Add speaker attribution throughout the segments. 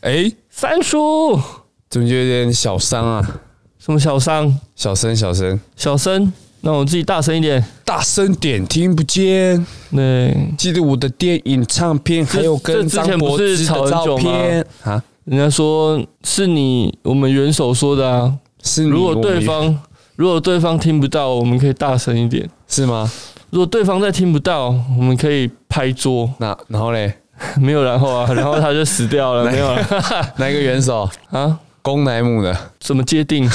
Speaker 1: 哎，三叔，
Speaker 2: 怎么就有点小伤啊？
Speaker 1: 什么小伤？
Speaker 2: 小声，小声，
Speaker 1: 小声，那我自己大声一点。
Speaker 2: 大声点，听不见。
Speaker 1: 对，
Speaker 2: 记得我的电影唱片，还有跟张柏芝的照片啊，
Speaker 1: 人家说是你我们元首说的啊。
Speaker 2: 是你
Speaker 1: 如果对
Speaker 2: 嗯我们
Speaker 1: 方如果对方听不到，我们可以大声一点；
Speaker 2: 是吗？
Speaker 1: 如果对方再听不到，我们可以拍桌。
Speaker 2: 那然后嘞，
Speaker 1: 没有然后啊，然后他就死掉 了，没有了
Speaker 2: 哪一个元首？
Speaker 1: 啊？
Speaker 2: 公乃姆的，
Speaker 1: 怎么界定？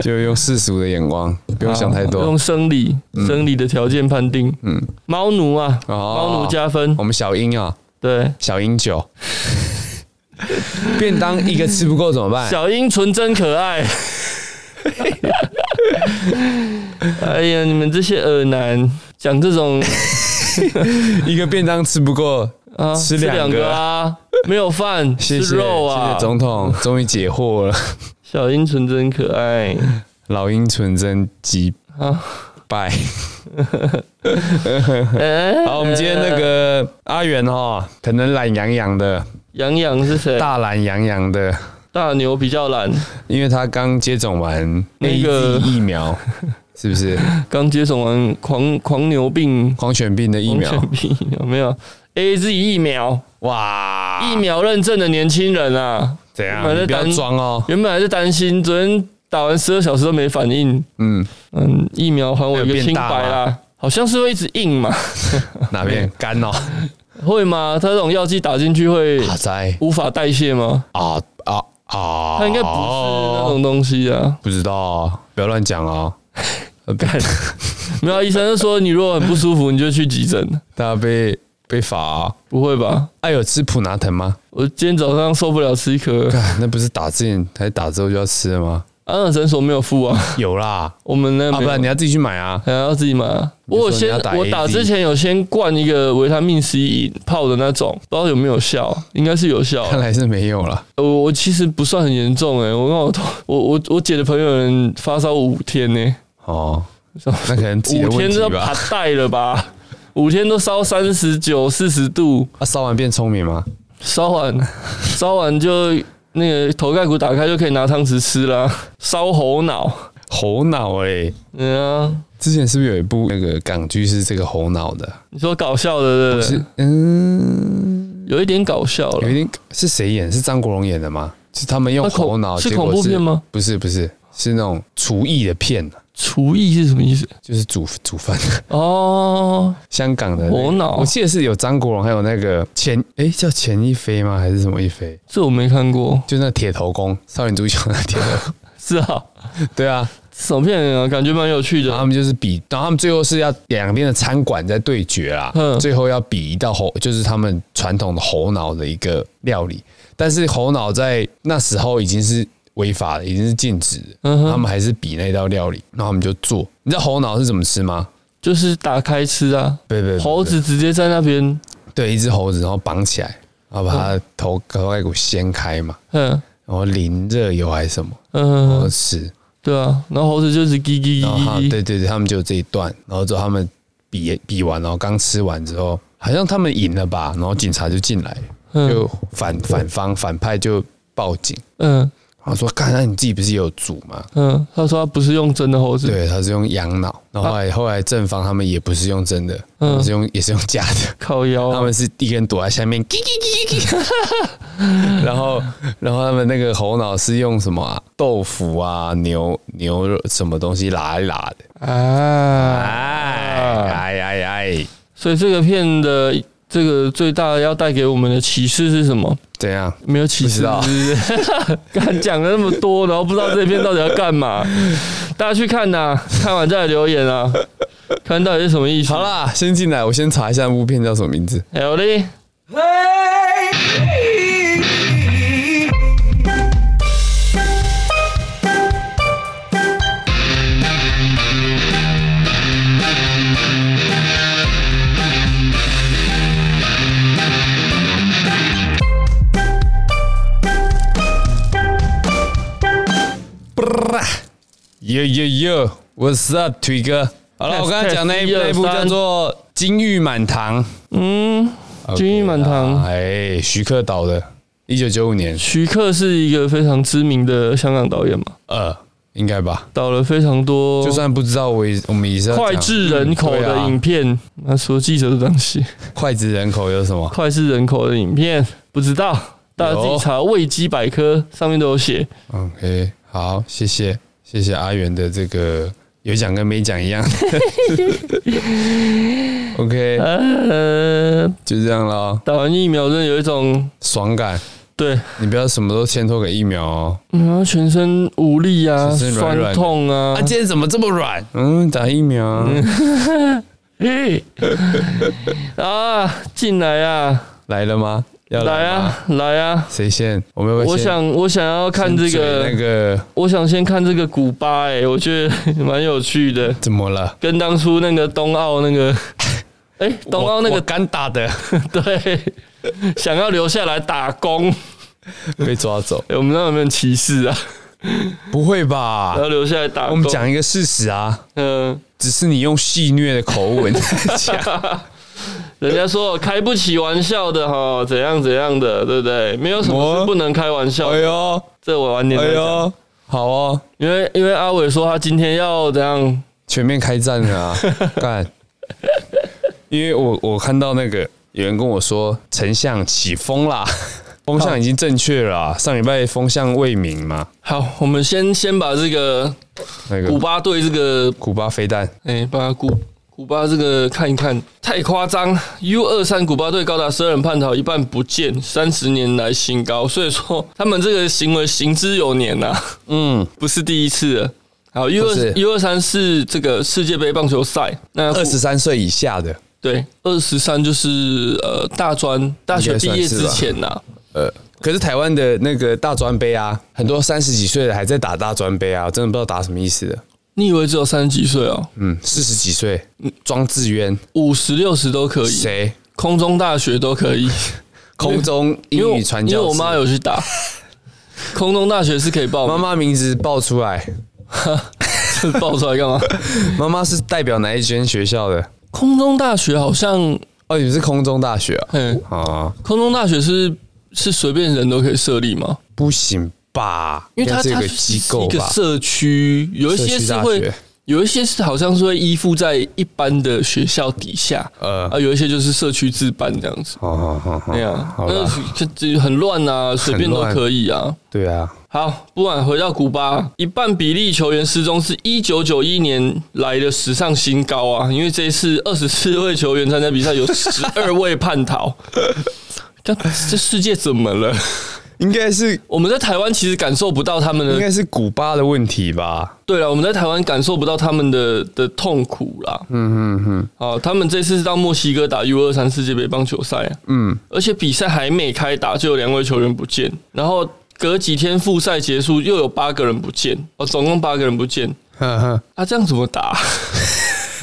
Speaker 2: 就用世俗的眼光，不用想太
Speaker 1: 啊
Speaker 2: 多嗯
Speaker 1: 用。生理生理的条件判定。嗯，猫奴啊，
Speaker 2: 哦
Speaker 1: 猫奴加分
Speaker 2: 我。们小英啊，
Speaker 1: 对，
Speaker 2: 小英九，便当一个吃不够怎么办？
Speaker 1: 小樱纯真可爱。 哎呀，你们这些耳男讲这种
Speaker 2: 一个便当吃不够，
Speaker 1: 啊，
Speaker 2: 吃两个
Speaker 1: 啊，没有饭吃
Speaker 2: 谢谢，谢
Speaker 1: 肉啊
Speaker 2: 谢。总统，终于解惑了。
Speaker 1: 小樱纯真可爱
Speaker 2: 老鹰纯真击
Speaker 1: 啊。
Speaker 2: 败。
Speaker 1: 哎
Speaker 2: 好，我们今天那个阿元哈，可能懒洋洋的，
Speaker 1: 杨洋是谁？大
Speaker 2: 大懒洋 洋的，
Speaker 1: 大牛比较 懒，
Speaker 2: 因为他刚接种完
Speaker 1: 那个
Speaker 2: AZ 疫苗，是不是
Speaker 1: 刚接种完狂狂牛病
Speaker 2: 狂犬病的疫苗？
Speaker 1: 狂犬病 有没有？A Z 疫苗，
Speaker 2: 哇，
Speaker 1: 疫苗认证的年轻人啊，
Speaker 2: 怎样
Speaker 1: 我？们在
Speaker 2: 你不要
Speaker 1: 担
Speaker 2: 装哦。
Speaker 1: 原本还是担心，昨天打完十二小时都没反应，
Speaker 2: 嗯，
Speaker 1: 嗯，疫苗还我一
Speaker 2: 有
Speaker 1: 个
Speaker 2: 变
Speaker 1: 清
Speaker 2: 大
Speaker 1: 白
Speaker 2: 吗
Speaker 1: 啦。好像是会一直硬嘛？
Speaker 2: 哪边干哦？
Speaker 1: 会吗？它这种药剂打进去会
Speaker 2: 阿仔
Speaker 1: 无法代谢吗？
Speaker 2: 啊啊啊！
Speaker 1: 它应该不是那种东西啊。
Speaker 2: 不知道哦，不要乱 讲哦。
Speaker 1: 干，没有啊、医生就说你如果很不舒服，你就去急诊。
Speaker 2: 大家被被罚哦。
Speaker 1: 不会吧？
Speaker 2: 哎，有吃普拿疼吗？
Speaker 1: 我今天早上受不了吃一颗，
Speaker 2: 干那不是打之前还打之后就要吃了吗？
Speaker 1: 安乐诊所没有付啊，
Speaker 2: 有啦，
Speaker 1: 我们那
Speaker 2: 啊，不
Speaker 1: 没有
Speaker 2: 然你要自己去买啊。
Speaker 1: 还要自己买啊。
Speaker 2: 就
Speaker 1: 我有
Speaker 2: 说你
Speaker 1: 先
Speaker 2: 要打
Speaker 1: 我打
Speaker 2: AZ
Speaker 1: 之前有先灌一个维他命 C 饮泡的那种，不知道有没有效，应该是有效。啊
Speaker 2: 看来是没有了。
Speaker 1: 呃我我其实不算很严重诶、欸我跟我同我我我姐的朋友有人发烧五天呢、
Speaker 2: 哦，那可能自己的
Speaker 1: 五
Speaker 2: 问
Speaker 1: 天
Speaker 2: 题
Speaker 1: 都
Speaker 2: 吧
Speaker 1: 爬。带了吧，五天都烧三十九四十度，
Speaker 2: 啊，烧完变聪明吗？
Speaker 1: 烧完烧完就那个头盖骨打开就可以拿汤匙吃啦，烧猴脑，
Speaker 2: 猴脑哎、
Speaker 1: 嗯啊。
Speaker 2: 之前是不是有一部那个港剧是这个猴脑的？
Speaker 1: 你说搞笑的，对不对
Speaker 2: 哦是嗯，
Speaker 1: 有一点搞笑
Speaker 2: 有
Speaker 1: 了
Speaker 2: 一。点是谁演？是张国荣演的吗？是他们用
Speaker 1: 那恐
Speaker 2: 猴脑，
Speaker 1: 是
Speaker 2: 结果
Speaker 1: 恐怖片吗？
Speaker 2: 不是不是，是那种厨艺的片，啊
Speaker 1: 厨艺是什么意思？
Speaker 2: 就是煮煮饭。
Speaker 1: 哦，
Speaker 2: 香港的那个
Speaker 1: 猴脑
Speaker 2: 我记得是有张国荣，还有那个钱，哎、叫钱一飞吗？还是什么一飞？
Speaker 1: 这我没看过。
Speaker 2: 就那铁头功，少林足球那铁头。
Speaker 1: 是啊，
Speaker 2: 对啊，
Speaker 1: 什么片啊？感觉蛮有趣
Speaker 2: 然后
Speaker 1: 的。
Speaker 2: 他们就是比，然后他们最后是要两边的餐馆在对决啦
Speaker 1: 嗯，
Speaker 2: 最后要比一道猴，就是他们传统的猴脑的一个料理。但是猴脑在那时候已经是违法的，已经是禁止的，
Speaker 1: 嗯
Speaker 2: 他
Speaker 1: 哼，
Speaker 2: 们还是比那道料理，然后他们就做。你知道猴脑是怎么吃吗？
Speaker 1: 就是打开吃啊，
Speaker 2: 对对，对
Speaker 1: 猴子直接在那边，
Speaker 2: 对，一只猴子，然后绑起来，然后把它头头盖骨掀开嘛，
Speaker 1: 嗯
Speaker 2: 然后淋热油还是什么，然后
Speaker 1: 嗯，
Speaker 2: 吃。
Speaker 1: 对啊，然后猴子就是叽叽
Speaker 2: 然后他
Speaker 1: 叽
Speaker 2: 哦啊对
Speaker 1: 叽，
Speaker 2: 对对，他们就有这一段，然后之后他们比比完，然后刚吃完之后，好像他们赢了吧，然后警察就进来，
Speaker 1: 嗯
Speaker 2: 就反反方反派就报警，
Speaker 1: 嗯
Speaker 2: 然后说：“看，那你自己不是也有煮吗
Speaker 1: 嗯，他说他不是用真的猴？”子，
Speaker 2: 对，他是用羊脑，然后后来、
Speaker 1: 啊
Speaker 2: 后来正方他们也不是用真的，
Speaker 1: 嗯
Speaker 2: 他们是用也是用假的，
Speaker 1: 靠腰
Speaker 2: 他
Speaker 1: 啊，
Speaker 2: 们是一个人躲在下面，叽叽叽 叽叽，然后然后他们那个猴脑是用什么、啊、豆腐啊、牛牛肉什么东西拉一拉的，
Speaker 1: 啊，
Speaker 2: 哎哎哎，
Speaker 1: 所以这个片的这个最大要带给我们的启示是什么？
Speaker 2: 怎样？
Speaker 1: 没有启示
Speaker 2: 不知道
Speaker 1: 是不是 敢讲了那么多，然后不知道这篇到底要干 嘛，大家去看呐、看完再来留言啊，看到底是什么意思。哎
Speaker 2: 好，啦，先进来，我先查一下那部片叫什么名字。
Speaker 1: 有嘞，
Speaker 2: 耶耶耶，What's up，腿哥？好了，
Speaker 1: Test，
Speaker 2: 我刚才讲那
Speaker 1: test，
Speaker 2: 一
Speaker 1: 一
Speaker 2: 那
Speaker 1: 二
Speaker 2: 一部叫
Speaker 1: 三
Speaker 2: 做《金玉满堂》。
Speaker 1: 嗯，军医满堂
Speaker 2: 哎，徐克导的，一九九五年，
Speaker 1: 徐克是一个非常知名的香港导演嘛，
Speaker 2: 呃，应该吧。
Speaker 1: 导了非常多
Speaker 2: 就算不知道我也我们也是要讲
Speaker 1: 脍炙人口
Speaker 2: 对
Speaker 1: 的
Speaker 2: 啊
Speaker 1: 影片。那说记者的东西，
Speaker 2: 脍炙人口有什么？
Speaker 1: 脍炙人口的影片不知道，大家自己
Speaker 2: 有
Speaker 1: 查维基百科上面都有写。
Speaker 2: OK，好，谢谢谢谢阿元的这个有奖跟没奖一样。OK，
Speaker 1: 呃，
Speaker 2: 就这样了，
Speaker 1: 打完疫苗真的有一种
Speaker 2: 爽感。
Speaker 1: 对，
Speaker 2: 你不要什么都牵拖给疫苗哦。
Speaker 1: 然后全身无力啊，
Speaker 2: 全身软
Speaker 1: 酸
Speaker 2: 软的
Speaker 1: 痛啊
Speaker 2: 啊，，今天怎么这么软？嗯，打疫苗啊。
Speaker 1: 嘿 啊，进来啊，
Speaker 2: 来了吗？要
Speaker 1: 来
Speaker 2: 吗？
Speaker 1: 啊，来啊！
Speaker 2: 谁先？我们要不要
Speaker 1: 我
Speaker 2: 先
Speaker 1: 想，我想要看这
Speaker 2: 先
Speaker 1: 个，
Speaker 2: 嘴那个
Speaker 1: 我想先看这个古巴、欸，我觉得蛮有趣的，
Speaker 2: 怎么了？
Speaker 1: 跟当初那个冬奥那 个，哎、冬奥那
Speaker 2: 我
Speaker 1: 个
Speaker 2: 我敢打的
Speaker 1: 对，想要留下来打工，
Speaker 2: 被抓走，
Speaker 1: 欸我们那有没有歧视啊？
Speaker 2: 不会吧？
Speaker 1: 要留下来打工，
Speaker 2: 啊我们，讲一个事实啊，
Speaker 1: 嗯、
Speaker 2: 只是你用戏谑的口吻讲，
Speaker 1: 人家说开不起玩笑的哈，怎样怎样的，对不对？没有什么是
Speaker 2: 我
Speaker 1: 不能开玩笑的
Speaker 2: 哎呦，
Speaker 1: 这我晚点
Speaker 2: 哎
Speaker 1: 再讲。
Speaker 2: 呦，好哦，
Speaker 1: 因为因为阿伟说他今天要怎样，
Speaker 2: 全面开战 了啊，干！因为我我看到那个有人跟我说，丞相起 风啦，风向已经正确了啊、上礼拜风向未明嘛，
Speaker 1: 好，我们先先把这个
Speaker 2: 那个
Speaker 1: 古巴队这个，
Speaker 2: 古巴飞弹，
Speaker 1: 哎、把古古巴这个看一看，太夸张。U 二三古巴队高达十二人叛逃，一半不见，三十年来新高，所以说他们这个行为行之有年呐、
Speaker 2: 嗯，
Speaker 1: 不是第一次了。好，U
Speaker 2: 不是
Speaker 1: 二 U 二三是这个世界杯棒球赛，那古
Speaker 2: 二十三岁以下的，
Speaker 1: 对二十三就是呃大专大学毕业之前啊呐、
Speaker 2: 呃，可是台湾的那个大专杯啊，很多三十几岁的还在打大专杯啊，我真的不知道打什么意思的。
Speaker 1: 你以为只有三十几岁哦？
Speaker 2: 嗯，四十几岁，庄志渊
Speaker 1: 五十六十都可以，
Speaker 2: 谁？
Speaker 1: 空中大学都可以，
Speaker 2: 空中
Speaker 1: 因为
Speaker 2: 英
Speaker 1: 我
Speaker 2: 语传
Speaker 1: 因
Speaker 2: 教
Speaker 1: 为
Speaker 2: 士
Speaker 1: 我妈有去 打空中大学是可以报
Speaker 2: 妈
Speaker 1: 名，
Speaker 2: 妈名字报出来，
Speaker 1: 妈报出来干嘛？
Speaker 2: 妈妈是代表哪一间学校的？
Speaker 1: 空中大学好像，
Speaker 2: 哦，你们是空中大学啊？
Speaker 1: 嗯，
Speaker 2: 啊，
Speaker 1: 空中大学是是随便人都可以设立吗？
Speaker 2: 不行吧？
Speaker 1: 因为它
Speaker 2: 应该
Speaker 1: 它
Speaker 2: 是有个
Speaker 1: 就是
Speaker 2: 机构
Speaker 1: 一个
Speaker 2: 吧？
Speaker 1: 社区，有一些
Speaker 2: 社区
Speaker 1: 是
Speaker 2: 大
Speaker 1: 会
Speaker 2: 学。
Speaker 1: 有一些是好像是会依附在一般的学校底下，
Speaker 2: 呃
Speaker 1: 啊，有一些就是社区自办这样子，
Speaker 2: 好好好好，
Speaker 1: 对啊，
Speaker 2: 好
Speaker 1: 那
Speaker 2: 了，
Speaker 1: 这这很乱啊，随便都
Speaker 2: 很乱
Speaker 1: 可以啊。
Speaker 2: 对啊，
Speaker 1: 好，不管回到古巴，一半比例球员失踪是一九九一年来的史上新高啊！因为这一次二十四位球员参加比赛，有十二位叛逃。 这这世界怎么了？
Speaker 2: 应该是
Speaker 1: 我们在台湾其实感受不到他们
Speaker 2: 应
Speaker 1: 的，
Speaker 2: 该是古巴的问题吧？
Speaker 1: 对了，我们在台湾感受不到他们的的痛苦啦。
Speaker 2: 嗯嗯嗯，
Speaker 1: 哦，他们这次是到墨西哥打 U 二三世界杯棒球赛、啊，嗯，而且比赛还没开打就有两位球员不见，然后隔几天复赛结束又有八个人不见，哦，总共八个人不见，
Speaker 2: 呵呵
Speaker 1: 啊，这样怎么打？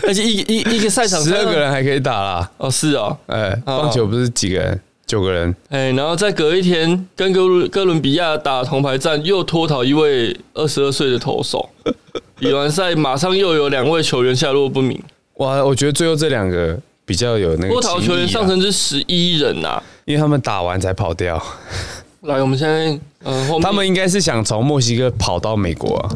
Speaker 1: 而且一一一个赛场
Speaker 2: 十二
Speaker 1: 才
Speaker 2: 个人还可以打啦。
Speaker 1: 哦，是哦，
Speaker 2: 哎，
Speaker 1: 哦
Speaker 2: 棒球不是几个人，九个人，
Speaker 1: 哎，然后再隔一天跟哥伦哥伦比亚打铜牌战，又脱逃一位二十二岁的投手， 比完赛马上又有两位球员下落不明，
Speaker 2: 哇，我觉得最后这两个比较有那个
Speaker 1: 脱逃球员
Speaker 2: 情谊啊
Speaker 1: 上升至十一人呐、啊。
Speaker 2: 因为他们打完才跑掉，
Speaker 1: 来，我们现在嗯，后面
Speaker 2: 他们应该是想从墨西哥跑到美国啊，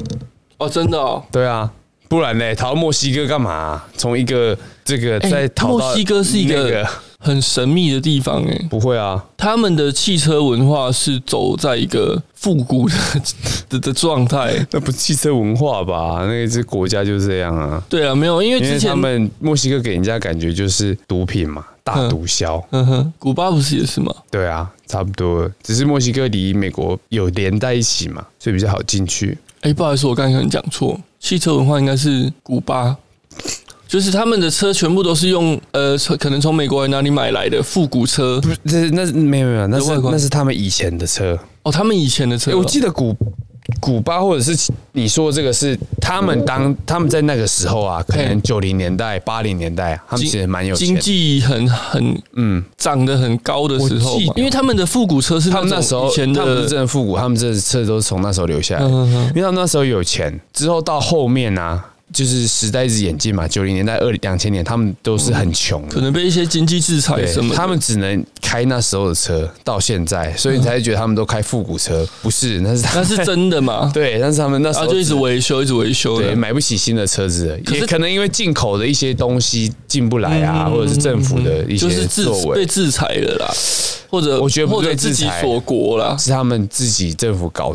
Speaker 1: 哦，真的哦，
Speaker 2: 对啊，不然呢，逃到墨西哥干嘛啊、从一个这个
Speaker 1: 哎
Speaker 2: 再逃到、
Speaker 1: 墨西哥是一个很神秘的地方诶。
Speaker 2: 不会啊，
Speaker 1: 他们的汽车文化是走在一个复古的 的的状态。
Speaker 2: 那不是汽车文化吧？那个是国家就是这样啊，
Speaker 1: 对啊，没有，因为
Speaker 2: 因
Speaker 1: 之
Speaker 2: 为他
Speaker 1: 前
Speaker 2: 们墨西哥给人家感觉就是毒品嘛，大毒枭，
Speaker 1: 嗯哼，古巴不是也是吗？
Speaker 2: 对啊，差不多，只是墨西哥离美国有连在一起嘛，所以比较好进去。
Speaker 1: 哎、不好意思，我刚才可能讲错，汽车文化应该是古巴。就是他们的车全部都是用呃，从可能从美国哪里买来的复古车
Speaker 2: 不是，这那是没有没有，那
Speaker 1: 有
Speaker 2: 是
Speaker 1: 外观
Speaker 2: 那是他们以前的车。
Speaker 1: 哦，他们以前的车
Speaker 2: 欸
Speaker 1: 哦、
Speaker 2: 我记得古古巴或者是你说的这个是他们当他们在那个时候啊，可能九零年代、八零年代啊，他们
Speaker 1: 经
Speaker 2: 其实蛮有
Speaker 1: 经
Speaker 2: 钱。
Speaker 1: 济很很
Speaker 2: 嗯，
Speaker 1: 涨得很高的时候
Speaker 2: 我记
Speaker 1: 嘛，因为他们的复古车是
Speaker 2: 他们那
Speaker 1: 种
Speaker 2: 时候
Speaker 1: 以前的
Speaker 2: 他们不是真的复古，他们这车都是从那时候留下来的，
Speaker 1: 嗯嗯嗯
Speaker 2: 因为他们那时候有钱。之后到后面啊，就是时代一直演进嘛，九零年代、二两千年，他们都是很穷
Speaker 1: 可
Speaker 2: 的。
Speaker 1: 能被一些经济制裁什
Speaker 2: 对，
Speaker 1: 么的。
Speaker 2: 他们只能开那时候的车，到现在，所以你才会觉得他们都开复古车，不是？那是他
Speaker 1: 嗯那
Speaker 2: 们
Speaker 1: 是真的嘛？
Speaker 2: 对，但是他们那时
Speaker 1: 然
Speaker 2: 候
Speaker 1: 后就一直
Speaker 2: 只
Speaker 1: 维修，一直维修
Speaker 2: 对
Speaker 1: 的。
Speaker 2: 买不起新的车子了，
Speaker 1: 是
Speaker 2: 也可能因为进口的一些东西进不来啊，或者是政府的一
Speaker 1: 嗯就是
Speaker 2: 些
Speaker 1: 制
Speaker 2: 作为，
Speaker 1: 被制裁了啦，或者
Speaker 2: 我觉得不
Speaker 1: 或者
Speaker 2: 对
Speaker 1: 自己
Speaker 2: 制裁
Speaker 1: 锁国啦，
Speaker 2: 是他们自己政府搞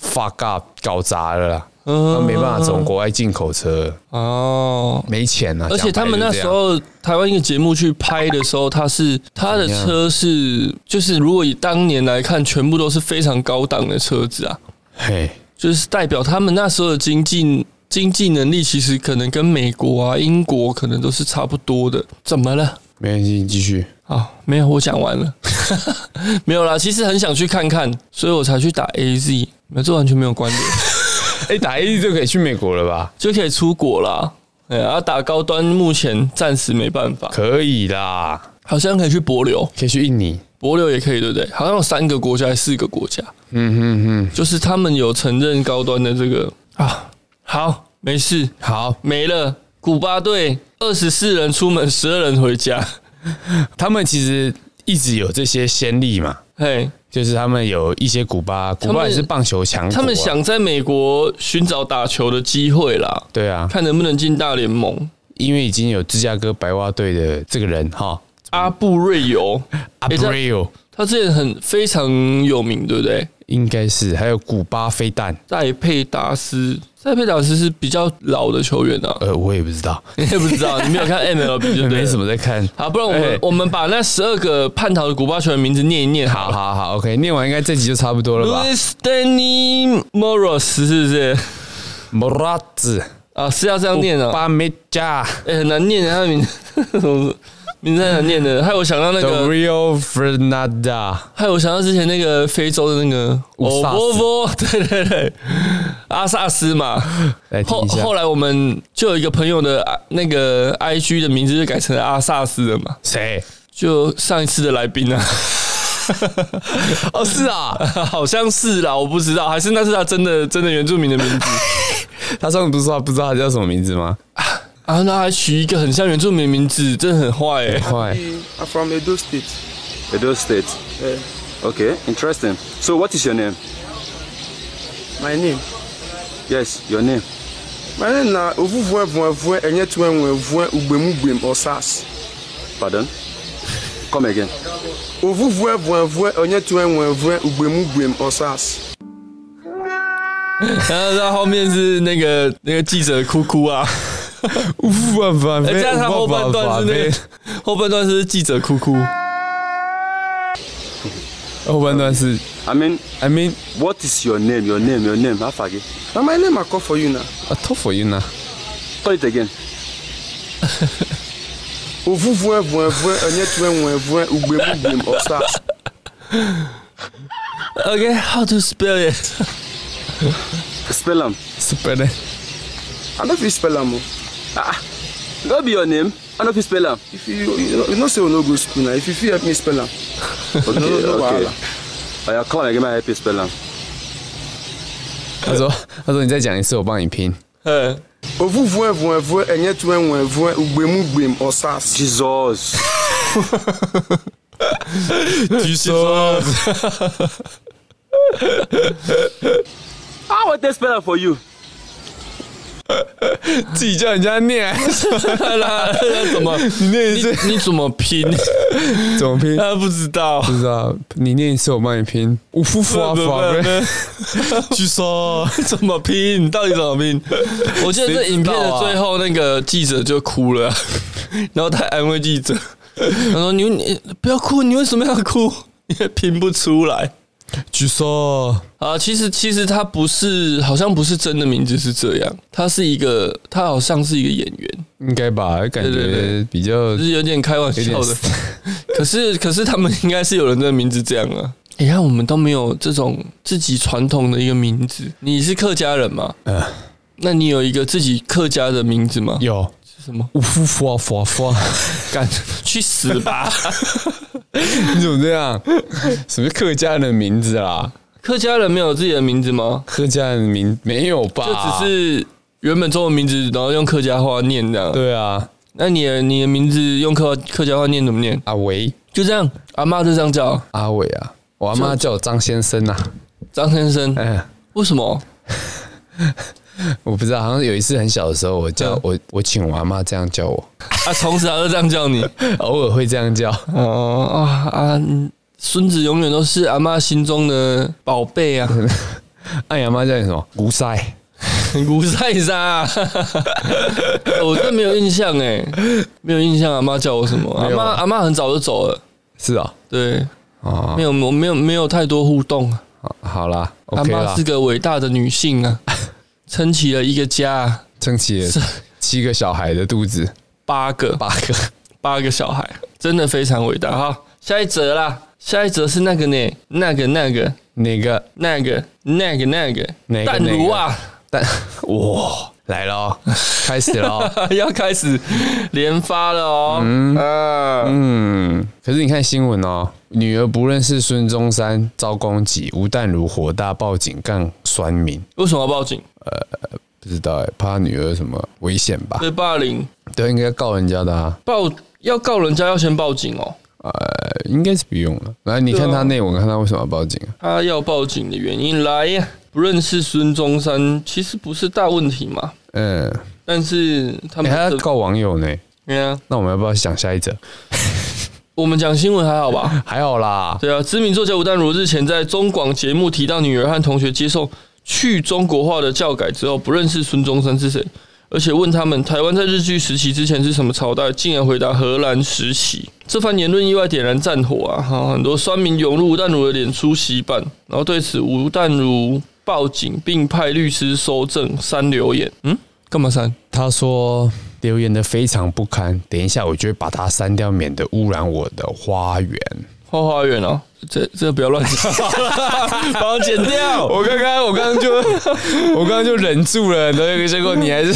Speaker 2: fuck up 搞砸了啦，他没办法从国外进口车，
Speaker 1: 哦。
Speaker 2: 没钱啊。
Speaker 1: 而且
Speaker 2: 讲白
Speaker 1: 他们那
Speaker 2: 就这
Speaker 1: 时
Speaker 2: 样
Speaker 1: 候台湾一个节目去拍的时候，他是他的
Speaker 2: 怎样
Speaker 1: 车是就是如果以当年来看，全部都是非常高档的车子啊，
Speaker 2: 嘿，
Speaker 1: 就是代表他们那时候的经济经济能力，其实可能跟美国啊、英国可能都是差不多的。怎么了？
Speaker 2: 没关系，继续。
Speaker 1: 啊，没有，我讲完了， 没有啦。其实很想去看看，所以我才去打 AZ，那这完全没有关联，
Speaker 2: 哎，打 A 就可以去美国了吧？
Speaker 1: 就可以出国啦。哎，啊，打高端目前暂时没办法，
Speaker 2: 可以啦，
Speaker 1: 好像可以去博流，
Speaker 2: 可以去印尼。
Speaker 1: 博流也可以，对不对？好像有三个国家还是四个国家，
Speaker 2: 嗯哼
Speaker 1: 就是他们有承认高端的这个啊。好，没事，
Speaker 2: 哼，好，
Speaker 1: 没了。古巴队二十四人出门，十二人回家。
Speaker 2: 他们其实一直有这些先例嘛。
Speaker 1: 嘿，
Speaker 2: 就是他们有一些古巴，古
Speaker 1: 他
Speaker 2: 巴
Speaker 1: 们
Speaker 2: 也是棒球强国啊、
Speaker 1: 他们想在美国寻找打球的机会啦，
Speaker 2: 对啊，
Speaker 1: 看能不能进大联盟。
Speaker 2: 因为已经有芝加哥白袜队的这个人哈
Speaker 1: 阿布瑞尤，
Speaker 2: a b
Speaker 1: 这
Speaker 2: r i o
Speaker 1: 他之前很非常有名，对不对？
Speaker 2: 应该是，还有古巴飞弹，
Speaker 1: 戴佩达斯，戴佩达斯是比较老的球员啊，
Speaker 2: 呃，我也不知道，
Speaker 1: 你也不知道，你没有看 MLB 就对
Speaker 2: 没什
Speaker 1: 么。
Speaker 2: 么在看。
Speaker 1: 好，不然我们、
Speaker 2: 哎
Speaker 1: 我们把那十二个叛逃的古巴球员名字念一念好
Speaker 2: 好
Speaker 1: 了。
Speaker 2: 好好，OK，念完应该这集就差不多了吧
Speaker 1: Luis Danny Moros 是不是？
Speaker 2: m o r a z
Speaker 1: 啊，是要这样念啊？
Speaker 2: 巴梅加
Speaker 1: 哎、很难念啊，他的名字 什么名字很难念的，害我想到那
Speaker 2: ，The
Speaker 1: 个，
Speaker 2: Rio Fernanda，
Speaker 1: 害我想到之前那个非洲的那个
Speaker 2: 乌萨斯
Speaker 1: 波，对对对，阿萨斯 嘛。
Speaker 2: 来听
Speaker 1: 后
Speaker 2: 一下。
Speaker 1: 后来我们就有一个朋友的啊那个 I G 的名字就改成了阿萨斯了嘛，
Speaker 2: 谁？
Speaker 1: 就上一次的来 宾啊，
Speaker 2: 哦，是啊，
Speaker 1: 好像是啦，我不知道，还是那是他真的真的原住民的名字
Speaker 2: 他上次不是说他不知道他叫什么名字吗？
Speaker 1: 啊，那还取一个很像原住民的名字，真的很坏 哎、
Speaker 2: 快，
Speaker 3: Eh.
Speaker 4: I'm from Edo State.
Speaker 3: Edo State.
Speaker 4: Eh,
Speaker 3: Okay, interesting. So, what is your name?
Speaker 4: my name.
Speaker 3: Yes, your name.
Speaker 4: My name na Ovuvwe Vuevue Enyetuenwevue Ugbemugwem Osas.
Speaker 3: Pardon? Come again.
Speaker 4: Ovuvwe Vuevue Enyetuenwevue Ugbemugwem Osas.
Speaker 1: 然后他后面是那个那个记者哭哭啊，
Speaker 2: 呜哇哇
Speaker 1: 哎，加上他后半段是那个 后半段是记者哭哭，
Speaker 2: 个，后半段是
Speaker 3: I mean,
Speaker 2: I mean
Speaker 3: what is your name? Your name, your name. I forget.
Speaker 4: Na my name I call for you now.
Speaker 2: a tough for you 呢。
Speaker 3: Call it again.
Speaker 4: Ovuvwe Vuevue Enyetuenwevue Ugbemugwem Osas.
Speaker 1: OK how to spell it？
Speaker 3: Spell them.
Speaker 2: Super 的，
Speaker 4: I no fit spell am o.
Speaker 3: What Ah, be your name? I don't know if you spell them.
Speaker 4: If you you know- you know say we no go school na, if you fit help me spell am.
Speaker 3: Okay,
Speaker 4: No, no
Speaker 3: okay.
Speaker 4: wahala.
Speaker 3: Oh, yeah, come again, I help you spell them.
Speaker 2: 他说他说你再讲一次，我帮你拼。
Speaker 1: 嗯，
Speaker 4: Ovuvwe Vuevue Enyetuenwevue Ugbemugwem Osas.
Speaker 3: Jesus.
Speaker 1: 举 手，啊
Speaker 3: I want to spell them for you.
Speaker 2: 自己叫人家念，
Speaker 1: 啦，怎么？
Speaker 2: 你念一次
Speaker 1: 你你怎么拼？
Speaker 2: 怎么拼？
Speaker 1: 他不知道。
Speaker 2: 不知道，啊你念一次我帮你拼。五夫夫啊，
Speaker 1: 据说怎么拼？到底怎么拼？ 我记得这影片的最后，那个记者就哭了， 然后他安慰记者，他说：“你你不要哭，你为什么要哭？ 因为拼不出来
Speaker 2: 举手。
Speaker 1: 啊。”其实其实他不是，好像不是真的名字是这样，他是一个，他好像是一个演员，
Speaker 2: 应该吧，感
Speaker 1: 对对
Speaker 2: 觉比较
Speaker 1: 就是有点开玩笑
Speaker 2: 有
Speaker 1: 的
Speaker 2: 点。
Speaker 1: 可是可是他们应该是有人的名字这样啊。你看，我们都没有这种自己传统的一个名字。你是客家人吗？
Speaker 2: 嗯
Speaker 1: 那你有一个自己客家的名字吗？
Speaker 2: 有
Speaker 1: 什么？
Speaker 2: 五夫夫啊，夫啊夫 啊，
Speaker 1: 干，去死吧！
Speaker 2: 你怎么这样？什么客家人的名字啦？啊
Speaker 1: 客家人没有自己的名字吗？啊
Speaker 2: 客家人的名没有吧？
Speaker 1: 就只是原本中文名字，然后用客家话念这样。，
Speaker 2: 对啊，
Speaker 1: 那你的你的名字用客客家话念怎么念？
Speaker 2: 阿维
Speaker 1: 就这样，阿妈就这样叫
Speaker 2: 阿伟啊，我阿妈叫我张先生啊。
Speaker 1: 张先生。
Speaker 2: 哎，
Speaker 1: 为什么？
Speaker 2: 我不知道，好像有一次很小的时候，我叫、
Speaker 1: 嗯
Speaker 2: 我我请我阿妈这样叫我，
Speaker 1: 啊，从此他就这样叫你。
Speaker 2: 偶尔会这样叫。
Speaker 1: 哦啊啊！嗯孙子永远都是阿妈心中的宝贝 啊，
Speaker 2: 哎，阿妈叫你什么？吴塞。
Speaker 1: 古赛莎啊、哦我真没有印象哎，没有印象阿妈叫我什么。阿
Speaker 2: 没有
Speaker 1: 妈
Speaker 2: 啊
Speaker 1: 阿妈很早就走了，
Speaker 2: 是啊、
Speaker 1: 对，
Speaker 2: 哦，
Speaker 1: 没有我没有没有太多互动啊。
Speaker 2: 好好啦
Speaker 1: 阿
Speaker 2: ，OK
Speaker 1: 妈
Speaker 2: 啦
Speaker 1: 是，个伟大的女性 啊，撑起了一个家，
Speaker 2: 撑起了
Speaker 1: 是
Speaker 2: 七个小孩的肚子，
Speaker 1: 八个
Speaker 2: 八个。
Speaker 1: 八个小孩，真的非常伟大哈。下一则啦，下一则是那个呢，那个那个
Speaker 2: 哪个
Speaker 1: 那个那个那个
Speaker 2: 哪个
Speaker 1: 淡如啊，
Speaker 2: 但哇来了哦，开始了哦。
Speaker 1: 要开始连发了哦。
Speaker 2: 嗯，可是你看新闻哦，女儿不认识孙中山遭攻击，吴淡如火大报警杠酸民，
Speaker 1: 为什么要报警？
Speaker 2: 不知道哎，怕女儿什么危险吧？
Speaker 1: 被霸凌，
Speaker 2: 对，应该告人家的啊，
Speaker 1: 报要告人家要先报警哦。
Speaker 2: 呃，应该是不用了。来，你看
Speaker 1: 对啊
Speaker 2: 他内文，看他为什么要报警啊？
Speaker 1: 他要报警的原因来呀，不认识孙中山其实不是大问题嘛，
Speaker 2: 嗯，
Speaker 1: 但是他
Speaker 2: 你
Speaker 1: 们
Speaker 2: 还要
Speaker 1: 的
Speaker 2: 告网友呢？
Speaker 1: 对啊，
Speaker 2: 那我们要不要想下一则？
Speaker 1: 我们讲新闻还好吧？
Speaker 2: 还好啦，
Speaker 1: 对啊，知名作家吴淡如日前在中广节目提到，女儿和同学接受去中国化的教改之后，不认识孙中山是谁，而且问他们台湾在日据时期之前是什么朝代，竟然回答荷兰时期。这番言论意外点燃战火啊！哈，很多酸民涌入吴淡如的脸书洗版，然后对此吴淡如报警并派律师搜证删留言。嗯，干嘛删？
Speaker 2: 他说留言的非常不堪，等一下我就会把它删掉，免得污染我的花园。
Speaker 1: 花花园哦，这这不要乱讲， 把我剪 掉。
Speaker 2: 我刚刚，我刚刚就，我刚刚就忍住了，那个结果你还是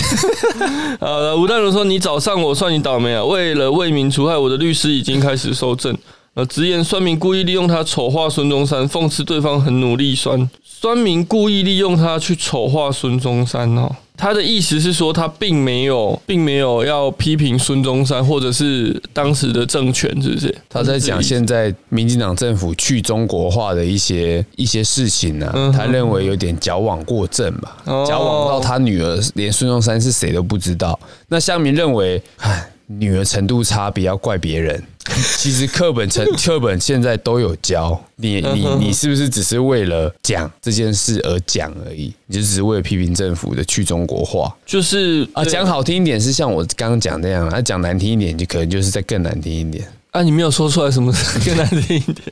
Speaker 1: 呃，吴淡如说：“你找上我算你倒霉啊！为了为民除害，我的律师已经开始收证。呃，直言酸民故意利用他丑化孙中山，讽刺对方很努力酸。酸民故意利用他去丑化孙中山哦。他的意思是说，他并没有，并没有要批评孙中山或者是当时的政权，是不是？
Speaker 2: 他在讲现在民进党政府去中国化的一些一些事情呢、
Speaker 1: 嗯哼
Speaker 2: 他认为有点矫枉过正吧，
Speaker 1: 哦
Speaker 2: 矫枉到他女儿连孙中山是谁都不知道。那乡民认为，唉女儿程度差，不要怪别人。 其实课本成课本现在都有教，你
Speaker 1: 嗯
Speaker 2: 你你是不是只是为了讲这件事而讲而已？你就只是为了批评政府的去中国化？
Speaker 1: 就是
Speaker 2: 啊，
Speaker 1: 对
Speaker 2: 讲好听一点是像我刚刚讲那样，啊，讲难听一点就可能就是再更难听一点。
Speaker 1: 啊，你没有说出来什么更难听 一点。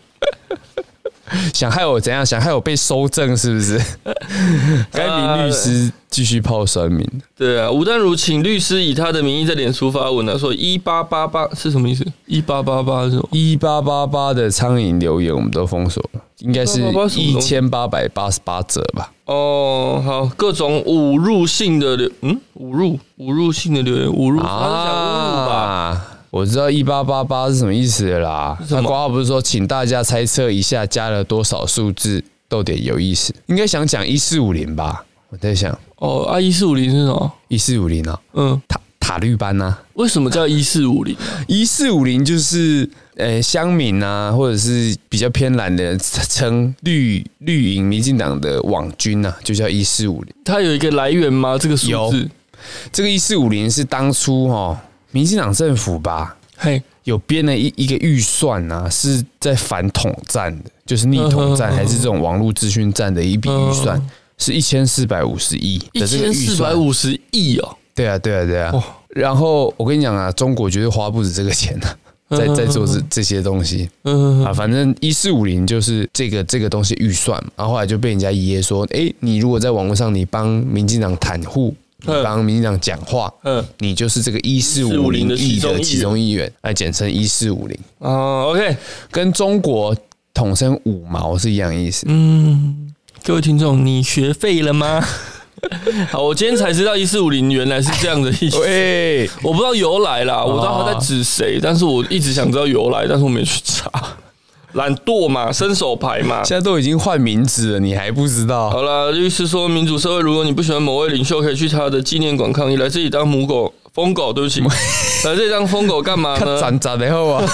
Speaker 2: 想害我怎样？想害我被收证是 不是？该名律师继续泡酸民，
Speaker 1: 对啊，吴淡如请律师以他的名义在脸书发文啊，说一八八八是什么意思？一八八八是什么？
Speaker 2: 一八八八的苍蝇留言我们都封锁了，应该是
Speaker 1: 1888什么
Speaker 2: 一
Speaker 1: 东西
Speaker 2: 千八百八十八折吧？
Speaker 1: 哦，好，各种侮辱性的留，嗯，侮辱侮辱性的留言，侮辱，他是讲侮辱吧？
Speaker 2: 啊，我知道一八八八是什么意思了啦。
Speaker 1: 什
Speaker 2: 那
Speaker 1: 么
Speaker 2: 瓜话不是说，请大家猜测一下加了多少数字，逗点有意思？应该想讲一四五零吧？我在想
Speaker 1: 哦，啊，一四五零是什么？
Speaker 2: 一四五零啊，
Speaker 1: 嗯，
Speaker 2: 塔塔绿班呐、啊。
Speaker 1: 为什么叫一四五零？
Speaker 2: 一四五零就是呃乡民啊，或者是比较偏蓝的人称绿绿营民进党的网军啊，就叫一四五零。
Speaker 1: 它有一个来源吗？这个数
Speaker 2: 有
Speaker 1: 字？
Speaker 2: 这个一四五零是当初哈、哦、民进党政府吧
Speaker 1: 嘿，
Speaker 2: 有编了一一个预算啊，是在反统战的，就是逆统战
Speaker 1: 嗯哼嗯
Speaker 2: 还是这种网络资讯战的一笔预算。是一千四百五十亿
Speaker 1: 一
Speaker 2: 的这个
Speaker 1: 千
Speaker 2: 预
Speaker 1: 四百
Speaker 2: 算，
Speaker 1: 五十亿哦，
Speaker 2: 对啊，对啊，对啊
Speaker 1: 哇。
Speaker 2: 然后我跟你讲啊，中国绝对花不止这个钱啊，在在做这这些东西。
Speaker 1: 嗯，
Speaker 2: 啊，反正一四五零就是这个这个东西预算嘛，然后后来就被人家爷爷说，哎、你如果在网络上你帮民进党袒护，你
Speaker 1: 嗯
Speaker 2: 帮民进党讲话，
Speaker 1: 嗯
Speaker 2: 嗯，你就是这个一四五零
Speaker 1: 的其
Speaker 2: 亿
Speaker 1: 中一
Speaker 2: 的
Speaker 1: 员
Speaker 2: 其中一员，哎，简称一四五零，
Speaker 1: 哦，OK，
Speaker 2: 跟中国统称五毛是一样意思。
Speaker 1: 嗯，各位听众，你学废了吗？ 好，我今天才知道一四五零原来是这样的 意思。
Speaker 2: 喂、
Speaker 1: 我
Speaker 2: 哦
Speaker 1: 不知道由来啦，我知道他在指谁，但是我一直想知道由来，但是我没去查。懒惰嘛，伸手牌嘛。
Speaker 2: 现在都已经换名字了，你还不知道？
Speaker 1: 好啦，律师说，民主社会，如果你不喜欢某位领袖，可以去他的纪念馆抗议。来这里当母狗、疯狗，对不起，来这里当疯狗干嘛
Speaker 2: 看
Speaker 1: 呢？
Speaker 2: 长长以后啊，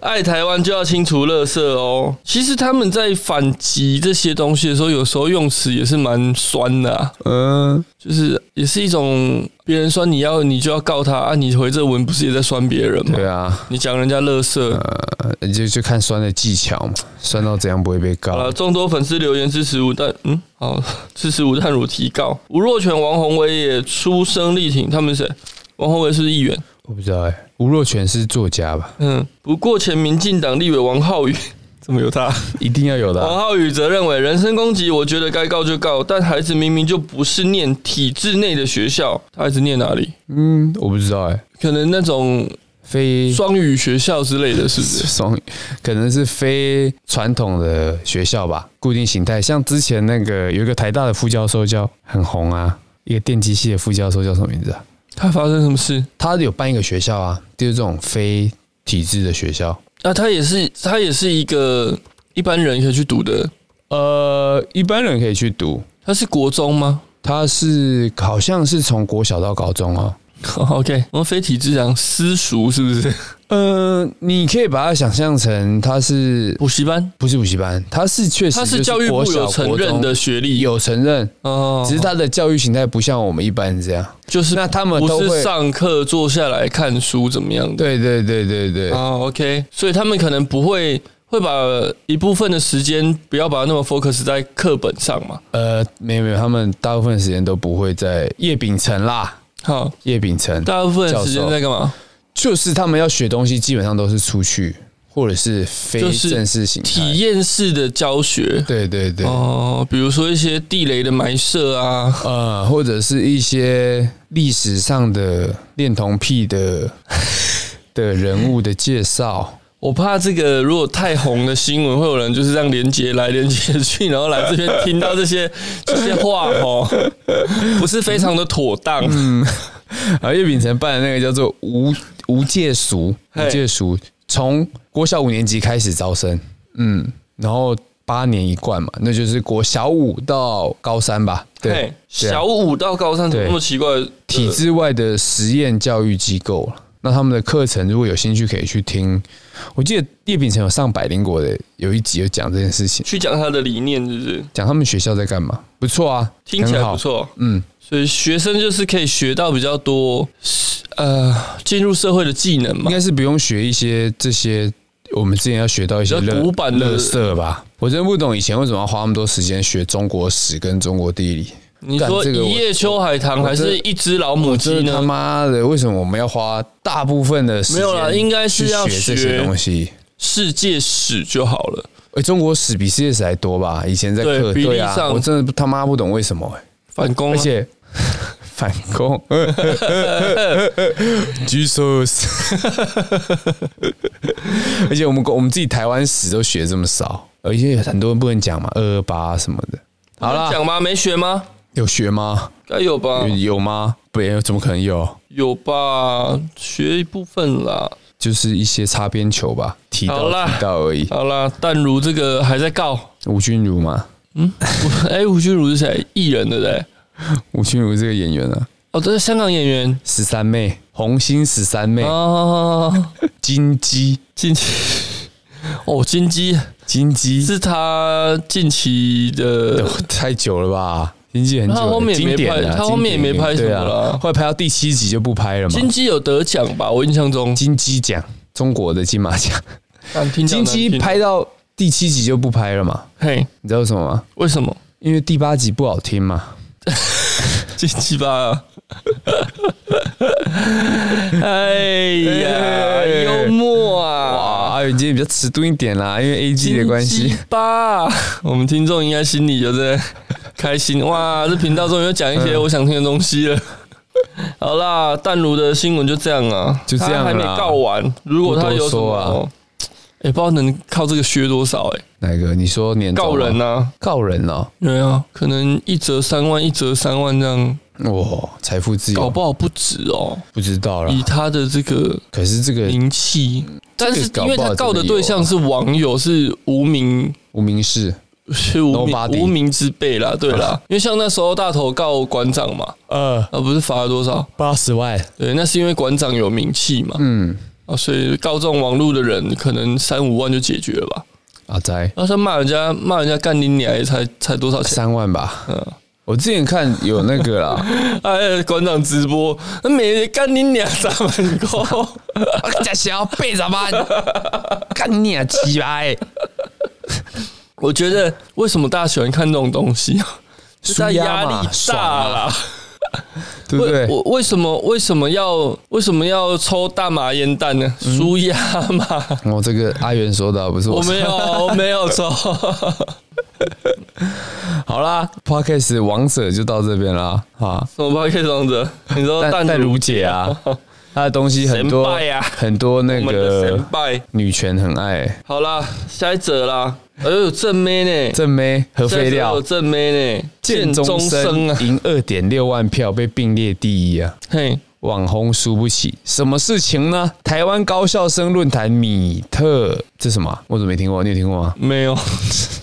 Speaker 1: 爱台湾就要清除垃圾哦。其实他们在反击这些东西的时候，有时候用词也是蛮酸的、啊，
Speaker 2: 嗯，
Speaker 1: 就是也是一种别人酸你要你就要告他啊，你回这文不是也在酸别人吗
Speaker 2: 对？啊，
Speaker 1: 你讲人家垃圾。
Speaker 2: 呃就就看酸的技巧嘛，酸到怎样不会被
Speaker 1: 好了，
Speaker 2: 告？
Speaker 1: 众多粉丝留言支持吴淡，嗯，好， 支持吴淡如提告。吴若权、王宏威也出声力挺，他们是谁？王宏威是不是议员？
Speaker 2: 我不知道哎、吴若权是作家吧？
Speaker 1: 嗯，不过前民进党立委王浩宇怎么有他？
Speaker 2: 一定要有的啊、
Speaker 1: 王浩宇则认为人身攻击，我觉得该告就告，但孩子明明就不是念体制内的学校，他孩子念哪里？
Speaker 2: 嗯，我不知道哎、
Speaker 1: 可能那种
Speaker 2: 非
Speaker 1: 双语学校之类的，是不 是？
Speaker 2: 双语可能是非传统的学校吧，固定形态。像之前那个有一个台大的副教授叫很红啊，一个电机系的副教授叫什么名字啊？
Speaker 1: 他发生什么事？
Speaker 2: 他有办一个学校啊，就是这种非体制的学校。
Speaker 1: 啊，他也是，他也是一个一般人可以去读的。
Speaker 2: 呃，一般人可以去读，
Speaker 1: 他是国中吗？
Speaker 2: 他是好像是从国小到高中哦。
Speaker 1: o OK，我们非体制讲私塾是不是？
Speaker 2: 呃，你可以把它想象成它是
Speaker 1: 补习班，
Speaker 2: 不是补习班？它是确实
Speaker 1: 它
Speaker 2: 就是
Speaker 1: 教育部
Speaker 2: 国小
Speaker 1: 有承认的，学
Speaker 2: 国中
Speaker 1: 历，
Speaker 2: 有承认，
Speaker 1: 哦，
Speaker 2: 只是它的教育形态不像我们一般这样。
Speaker 1: 就是
Speaker 2: 那他们都
Speaker 1: 不
Speaker 2: 会
Speaker 1: 是上课坐下来看书怎么样的？
Speaker 2: 对对对对对，
Speaker 1: 哦，OK，所以他们可能不会会把一部分的时间不要把它那么 focus 在课本上嘛。
Speaker 2: 呃，没有没有，他们大部分时间都不会在叶秉辰啦，
Speaker 1: 好，
Speaker 2: 叶秉辰
Speaker 1: 大部分的时
Speaker 2: 教
Speaker 1: 间
Speaker 2: 授
Speaker 1: 在干嘛？
Speaker 2: 就是他们要学东西，基本上都是出去或者是非
Speaker 1: 就是
Speaker 2: 正式形态
Speaker 1: 体验式的教学。
Speaker 2: 对对对，
Speaker 1: 哦，比如说一些地雷的埋设啊，
Speaker 2: 呃，或者是一些历史上的恋童癖的 的人物的介绍，
Speaker 1: 我怕这个如果太红的新闻，会有人就是这样连接来连接去，然后来这边听到这些 这些话哦，不是非常的妥当。
Speaker 2: 嗯 而叶秉辰办的那个叫做无无界塾，
Speaker 1: 嘿
Speaker 2: 无界塾从国小五年级开始招生，嗯，然后八年一贯嘛，那就是国小五到高三吧，对
Speaker 1: 嘿，
Speaker 2: 对啊
Speaker 1: 小五到高三怎么
Speaker 2: 对
Speaker 1: 那么奇怪？呃
Speaker 2: 体制外的实验教育机构了。那他们的课程，如果有兴趣可以去听。我记得叶秉辰有上百灵果的有一集有讲这件事情，
Speaker 1: 去讲他的理念，是不是？
Speaker 2: 讲他们学校在干嘛，不错啊，
Speaker 1: 听起来
Speaker 2: 很好
Speaker 1: 不。错。
Speaker 2: 嗯，
Speaker 1: 所以学生就是可以学到比较多，呃，进入社会的技能
Speaker 2: 应
Speaker 1: 嘛。
Speaker 2: 该是不用学一些这些我们之前要学到一些
Speaker 1: 比较
Speaker 2: 乐
Speaker 1: 古板的
Speaker 2: 乐色吧。我真不懂以前为什么要花那么多时间学中国史跟中国地理。
Speaker 1: 你
Speaker 2: 干
Speaker 1: 说
Speaker 2: 这个我
Speaker 1: 一夜秋海棠还是一只老母
Speaker 2: 我
Speaker 1: 鸡
Speaker 2: 真的他
Speaker 1: 呢？
Speaker 2: 妈的，为什么我们要花大部分的时间
Speaker 1: 没有啦应该是
Speaker 2: 去
Speaker 1: 要
Speaker 2: 学这
Speaker 1: 学
Speaker 2: 些东西？
Speaker 1: 世界史就好了。
Speaker 2: 哎、中国史比世界史还多吧？以前在
Speaker 1: 对
Speaker 2: 课
Speaker 1: 比例
Speaker 2: 对啊，
Speaker 1: 上
Speaker 2: 我真的不他妈不懂为什么、欸，
Speaker 1: 反攻、
Speaker 2: 而
Speaker 1: 啊，
Speaker 2: 且 反攻 ，Jesus，而且我们我们自己台湾史都学这么少，而且很多人不能讲嘛，二二八什么的。好啦，
Speaker 1: 讲吗？没学吗？
Speaker 2: 有学吗？
Speaker 1: 该有吧
Speaker 2: 有，有吗？不，怎么可能有？
Speaker 1: 有吧，学一部分啦。
Speaker 2: 就是一些擦边球吧，提
Speaker 1: 好
Speaker 2: 到
Speaker 1: 啦
Speaker 2: 提到而已。
Speaker 1: 好啦，淡如这个还在告，
Speaker 2: 吴君如嘛，
Speaker 1: 我哎，吴君如是谁？艺人对不对？
Speaker 2: 吴君如这个演员啊，
Speaker 1: 哦，这是香港演员
Speaker 2: 十三妹，红星十三妹，
Speaker 1: 啊，
Speaker 2: 金鸡，
Speaker 1: 近期 哦，金鸡
Speaker 2: 金鸡，
Speaker 1: 是他近期的
Speaker 2: 呃， 太久了吧？经纪很久了，
Speaker 1: 他后面也没
Speaker 2: 经典啊
Speaker 1: 拍他后面也没拍什么
Speaker 2: 经典
Speaker 1: 了
Speaker 2: 对啊，后来拍到第七集就不拍了嘛。
Speaker 1: 金鸡有得奖吧？我印象中，
Speaker 2: 金鸡奖，中国的金马 奖，
Speaker 1: 但听讲
Speaker 2: 金
Speaker 1: 难听
Speaker 2: 鸡拍到第七集就不拍了嘛？
Speaker 1: 嘿，
Speaker 2: 你知道为什么吗？
Speaker 1: 为什么
Speaker 2: 因为第八集不好听嘛。
Speaker 1: 金鸡吧？ 哎呀，幽默啊！
Speaker 2: 哇，阿元今天比较迟钝一点啦，因为 A G 的关系。
Speaker 1: 吧， 我们听众应该心里就在开心哇！这频道终于有讲一
Speaker 2: 嗯
Speaker 1: 些我想听的东西了。 好啦，淡如的新闻就这样啊，
Speaker 2: 就这样啦
Speaker 1: 他还没告完。如果他有
Speaker 2: 不多
Speaker 1: 什么，
Speaker 2: 说啊
Speaker 1: 啊、也不知道能靠这个削多少哎、
Speaker 2: 哪一个？你说年终
Speaker 1: 告
Speaker 2: 吗
Speaker 1: 人？啊，
Speaker 2: 告人哦，
Speaker 1: 对啊，可能一折三万，一折三万这样，
Speaker 2: 哇，财富自
Speaker 1: 搞
Speaker 2: 由
Speaker 1: 不好不止哦。
Speaker 2: 不知道啦。
Speaker 1: 以他的这个
Speaker 2: 可是这个
Speaker 1: 名气，但是
Speaker 2: 啊这个搞
Speaker 1: 因
Speaker 2: 不好
Speaker 1: 为他告的对象
Speaker 2: 真啊
Speaker 1: 是网友，是无名，
Speaker 2: 无名氏，
Speaker 1: 是无名
Speaker 2: Nobody
Speaker 1: 无名之辈 啦，对啦。因为像那时候大头告馆长嘛，
Speaker 2: 呃，
Speaker 1: 啊，不是罚了多少？
Speaker 2: 八十万，
Speaker 1: 对，那是因为馆长有名气嘛，嗯，啊，所以告这种网络的人，可能三五万就解决了吧。
Speaker 2: 阿仔
Speaker 1: 然后他骂人家，骂人家干你娘，才才多少钱？
Speaker 2: 三万吧，嗯，我之前看有那 个啦，
Speaker 1: 哎，馆长直播，那每人干你娘三万块，啊
Speaker 2: 假小背 着吧，干你啊鸡巴
Speaker 1: 哎
Speaker 2: 欸！
Speaker 1: 我觉得为什么大家喜欢看这种东西啊？就大家压
Speaker 2: 舒压
Speaker 1: 力
Speaker 2: 嘛爽
Speaker 1: 大
Speaker 2: 啊
Speaker 1: 啦。
Speaker 2: 对不
Speaker 1: 为
Speaker 2: 对？
Speaker 1: 我为什么为什么要为什么要抽大麻烟弹呢？舒压嘛，
Speaker 2: 我哦这个阿元说的啊不是
Speaker 1: 嗯我
Speaker 2: 我说
Speaker 1: 没
Speaker 2: 的
Speaker 1: 有，我没有抽。
Speaker 2: 好啦，Podcast 王者就到这边啦啊！
Speaker 1: 什么 p o d c a 者？你说
Speaker 2: 但
Speaker 1: 淡
Speaker 2: 但
Speaker 1: 如
Speaker 2: 如姐啊， 她的东西很多
Speaker 1: 神拜啊
Speaker 2: 很多那
Speaker 1: 我们的神
Speaker 2: 个
Speaker 1: 拜。
Speaker 2: 女权很爱
Speaker 1: 好啦，下一则啦。哎呦，正妹呢？
Speaker 2: 正妹核废
Speaker 1: 下一则
Speaker 2: 料
Speaker 1: 有，正妹呢？
Speaker 2: 剑中生
Speaker 1: 啊！
Speaker 2: 赢二点六万票被并列第一啊！
Speaker 1: 嘿，
Speaker 2: 网红输不起，什么事情呢？台湾高校生论坛米特这什么啊？我怎么没听过？你有听过吗？
Speaker 1: 没 有，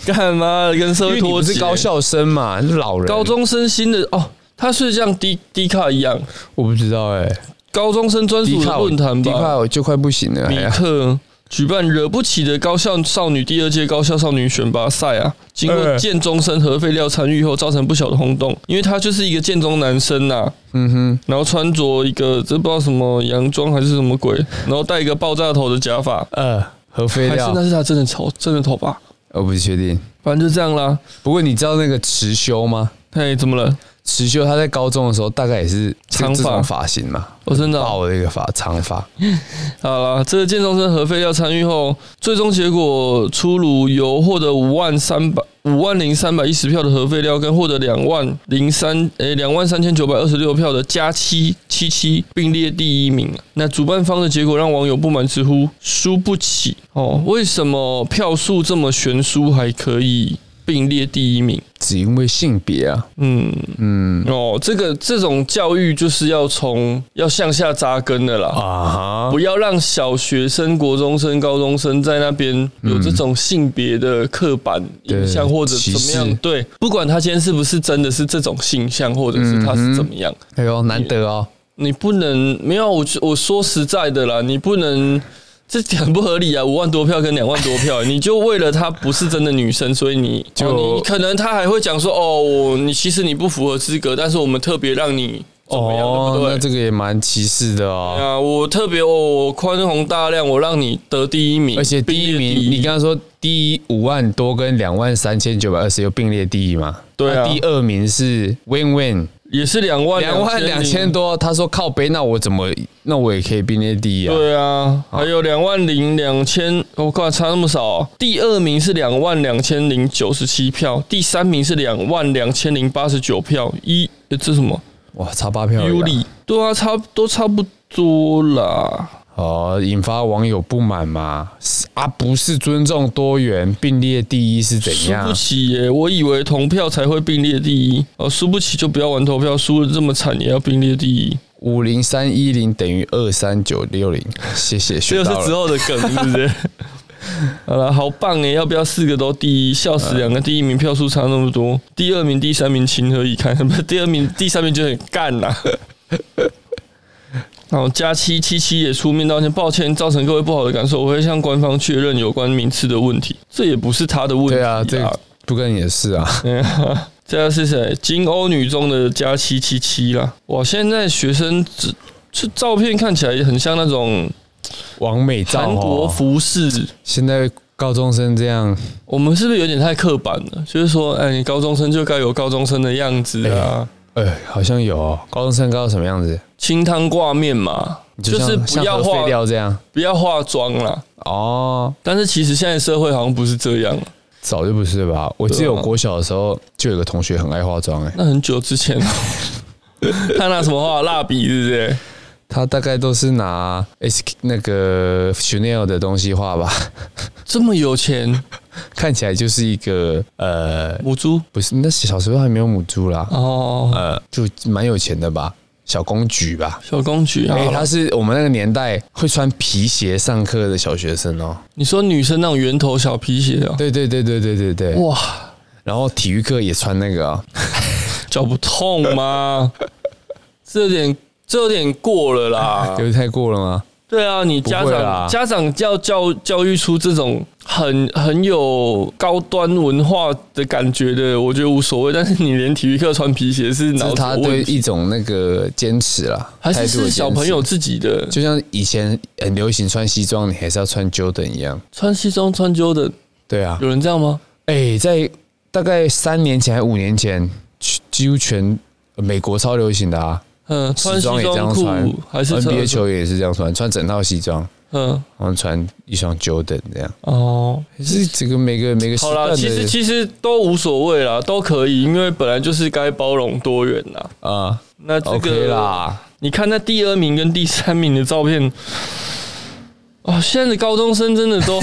Speaker 1: 干嘛跟社
Speaker 2: 因
Speaker 1: 会
Speaker 2: 为你
Speaker 1: 脱
Speaker 2: 不
Speaker 1: 节？
Speaker 2: 是高校生嘛，是老人。
Speaker 1: 高中生新的哦，它是像 D D 卡一样，
Speaker 2: 我不知道哎，
Speaker 1: 高中生专属
Speaker 2: 迪卡
Speaker 1: 的论坛
Speaker 2: 迪
Speaker 1: 吧？
Speaker 2: 卡我就快不行了。哎
Speaker 1: 米
Speaker 2: 呀
Speaker 1: 克举办惹不起的高校少女第二届高校少女选拔赛啊，经过
Speaker 2: 哎
Speaker 1: 建中生核废料参与后，造成不小的轰动，因为他就是一个建中男生呐、嗯哼，然后穿着一个这不知道什么洋装还是什么鬼，然后戴一个爆炸头的假发，
Speaker 2: 呃，核废
Speaker 1: 还是
Speaker 2: 料
Speaker 1: 那，是他真的头真的头发，
Speaker 2: 我不确定。
Speaker 1: 反正就这样啦。
Speaker 2: 不过你知道那个池修吗？
Speaker 1: 嘿，怎么了？
Speaker 2: 池修他在高中的时候大概也是这
Speaker 1: 长发
Speaker 2: 这种发型嘛，
Speaker 1: 我、真的啊、
Speaker 2: 爆的一个发长发，
Speaker 1: 好啦，这个建中生核废料参与后，最终结果出炉，由获得五万三百五万零三百一十票的核废料，跟获得两万零三诶两万三千九百二十六票的加七七七并列第一名。啊那主办方的结果让网友不满，直呼输不起哦，为什么票数这么悬殊还可以并列第一名？
Speaker 2: 只因为性别啊，
Speaker 1: 嗯嗯哦，这个这种教育就是要从要向下扎根的啦。
Speaker 2: 啊哈，
Speaker 1: 不要让小学生、国中生、高中生在那边有这种性别的刻板印象，
Speaker 2: 对
Speaker 1: 或者怎么
Speaker 2: 歧视
Speaker 1: 样？对，不管他今天是不是真的是这种性向，或者是他是怎么样，
Speaker 2: 哎呦，难得哦，
Speaker 1: 你不能没有我觉我说实在的啦，你不能。这很不合理啊！五万多票跟两万多票， 你就为了她不是真的女生，所以你
Speaker 2: 就
Speaker 1: 哦你可能她还会讲说哦，我你其实你不符合资格，但是我们特别让你怎么样，对哦不对
Speaker 2: 哦那？这个也蛮歧视的哦，
Speaker 1: 啊，我特别哦，我宽宏大量，我让你得第一名，
Speaker 2: 而且第一
Speaker 1: 并列
Speaker 2: 名，你刚刚说第一五万多跟两万三千九百二十又并列第一嘛，
Speaker 1: 对啊
Speaker 2: 那第二名是 Win Win。
Speaker 1: 也是两万
Speaker 2: 两万两千，多，他说靠背，那我怎么，那我也可以并列第一啊？
Speaker 1: 对啊，还有两万零两千，我靠，差那么少哦、第二名是两万两千零九十七票，第三名是两万两千零八十九票，一呃这什么
Speaker 2: 哇，差八票而已啊。
Speaker 1: 尤里？对啊，差都差不多啦。
Speaker 2: 哦，引发网友不满嘛？啊，不是尊重多元，并列第一是怎
Speaker 1: 输
Speaker 2: 样
Speaker 1: 不？起耶！我以为同票才会并列第一，哦，输不起就不要玩投票，输的这么惨也要并列第一。
Speaker 2: 五零三一零等于二三九六零，谢谢
Speaker 1: 这
Speaker 2: 学
Speaker 1: 个
Speaker 2: 到
Speaker 1: 是之
Speaker 2: 了。
Speaker 1: 后的梗，是不是？ 好了，好棒哎！要不要四个都第一？笑死，两个第一名票数差那么多，第二名、第三名情何以堪？不是，第二名、第三名就很干 啦。然后佳期七七也出面道歉，抱歉造成各位不好的感受，我会向官方确认有关名次的问题。这也不是他的问题
Speaker 2: 对啊，这个不跟你的事 啊。
Speaker 1: 嗯这是谁？金欧女中的佳七七七啦！哇，现在学生这这照片看起来很像那种
Speaker 2: 王美照、
Speaker 1: 韩国
Speaker 2: 哦，
Speaker 1: 服饰。
Speaker 2: 现在高中生这样，
Speaker 1: 我们是不是有点太刻板了？就是说，哎，你高中生就该有高中生的样子啊，
Speaker 2: 哎、好像有、哦、高中生高到什么样子？
Speaker 1: 清汤挂面嘛，就是
Speaker 2: 像
Speaker 1: 不要
Speaker 2: 像核
Speaker 1: 化
Speaker 2: 废料这样
Speaker 1: 不要化妆啦。
Speaker 2: 哦。
Speaker 1: 但是其实现在社会好像不是这样了，
Speaker 2: 早就不是了吧？我记得
Speaker 1: 对啊
Speaker 2: 我国小的时候就有个同学很爱化妆、哎，
Speaker 1: 那很久之 前了。他拿什么画蜡笔，是不是？
Speaker 2: 他大概都是拿 S 那个 Chanel 的东西画吧。
Speaker 1: 这么有钱，
Speaker 2: 看起来就是一个呃，
Speaker 1: 母猪
Speaker 2: 不是，那小时候还没有母猪啦，
Speaker 1: 哦，
Speaker 2: 呃，就蛮有钱的吧？小公举吧。
Speaker 1: 小公举啊
Speaker 2: 哎、，他是我们那个年代会穿皮鞋上课的小学生哦。
Speaker 1: 你说女生那种圆头小皮鞋啊，
Speaker 2: 对对对对对对对。
Speaker 1: 哇，
Speaker 2: 然后体育课也穿那个啊、
Speaker 1: 脚不痛吗？这有点这有点过了啦。
Speaker 2: 有太过了吗？
Speaker 1: 对啊，你家
Speaker 2: 不会啦
Speaker 1: 长家长要教教育出这种很很有高端文化的感觉的，我觉得无所谓。但是你连体育课穿皮鞋是
Speaker 2: 这
Speaker 1: 脑
Speaker 2: 是
Speaker 1: 子
Speaker 2: 他
Speaker 1: 有
Speaker 2: 对
Speaker 1: 问题，
Speaker 2: 一种那个坚持啦，
Speaker 1: 还
Speaker 2: 态
Speaker 1: 是
Speaker 2: 度的
Speaker 1: 是小
Speaker 2: 坚持
Speaker 1: 朋友自己的？
Speaker 2: 就像以前很流行穿西装，你还是要穿 Jordan 一样。
Speaker 1: 穿西装穿 j 的，
Speaker 2: 对啊，
Speaker 1: 有人这样吗？
Speaker 2: 哎、在大概三年前还五年前，全几乎全美国超流行的啊，
Speaker 1: 嗯，穿
Speaker 2: 西
Speaker 1: 西
Speaker 2: 装也这样
Speaker 1: 装裤
Speaker 2: 穿，
Speaker 1: 还是穿
Speaker 2: NBA 球员也是这样穿，穿整套西装，
Speaker 1: 嗯
Speaker 2: 然后穿一双 Jordan 这样。
Speaker 1: 哦，
Speaker 2: 可是这个每个每个时
Speaker 1: 好
Speaker 2: 段
Speaker 1: 啦，
Speaker 2: 的
Speaker 1: 其实其实都无所谓啦，都可以，因为本来就是该包容多元啦。
Speaker 2: 啊、
Speaker 1: 那这
Speaker 2: o
Speaker 1: 个
Speaker 2: k 啦，
Speaker 1: 你看那第二名跟第三名的照片，哦，现在的高中生真的 都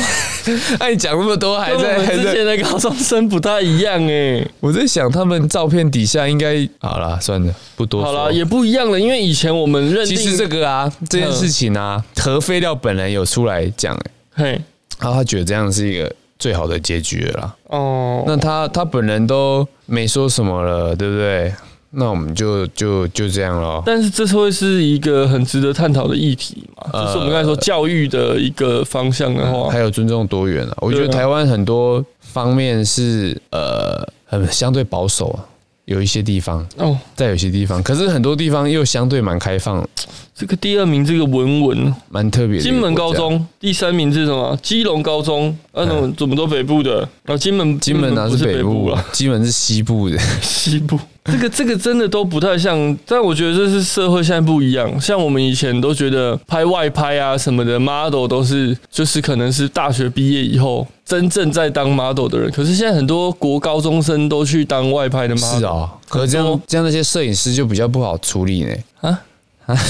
Speaker 2: 哎，你讲那么多，还
Speaker 1: 跟我
Speaker 2: 在
Speaker 1: 们
Speaker 2: 还
Speaker 1: 之
Speaker 2: 在，
Speaker 1: 前的高中生不太一样哎。
Speaker 2: 我在想他们照片底下应该好啦，算了，不多说。
Speaker 1: 好啦，也不一样了，因为以前我们认定嗯
Speaker 2: 其实这个啊，这件事情啊，何飞料本人有出来讲、欸，
Speaker 1: 嘿
Speaker 2: 然后他觉得这样是一个最好的结局了啦。
Speaker 1: 哦，
Speaker 2: 那他他本人都没说什么了，对不对？那我们就就就这样咯。
Speaker 1: 但是这会是一个很值得探讨的议题嘛？就是我们刚才说教育的一个方向的话
Speaker 2: 呃还，有尊重多哦元啊，我觉得
Speaker 1: 对啊
Speaker 2: 台湾很多方面是呃很相对保守啊，有一些地方，
Speaker 1: 哦，
Speaker 2: 在有些地方，可是很多地方又相对蛮开放，
Speaker 1: 这个第二名这个文文，
Speaker 2: 蛮特别的一个
Speaker 1: 金门
Speaker 2: 国
Speaker 1: 高
Speaker 2: 家。
Speaker 1: 中，第三名是什么？基隆高中，那怎么怎么都北部的？啊，金门
Speaker 2: 哎金门哪
Speaker 1: 不
Speaker 2: 是
Speaker 1: 是
Speaker 2: 北部
Speaker 1: 了
Speaker 2: 啊，，金门是西部的。
Speaker 1: 西部。这 个这个真的都不太像，但我觉得这是社会现在不一样。像我们以前都觉得拍外拍啊什么的，model 都是就是可能是大学毕业以后真正在当 model 的人，可是现在很多国高中生都去当外拍的 model，
Speaker 2: 是哦，可是这
Speaker 1: 很
Speaker 2: 样
Speaker 1: 多
Speaker 2: 这样那些摄影师就比较不好处理呢。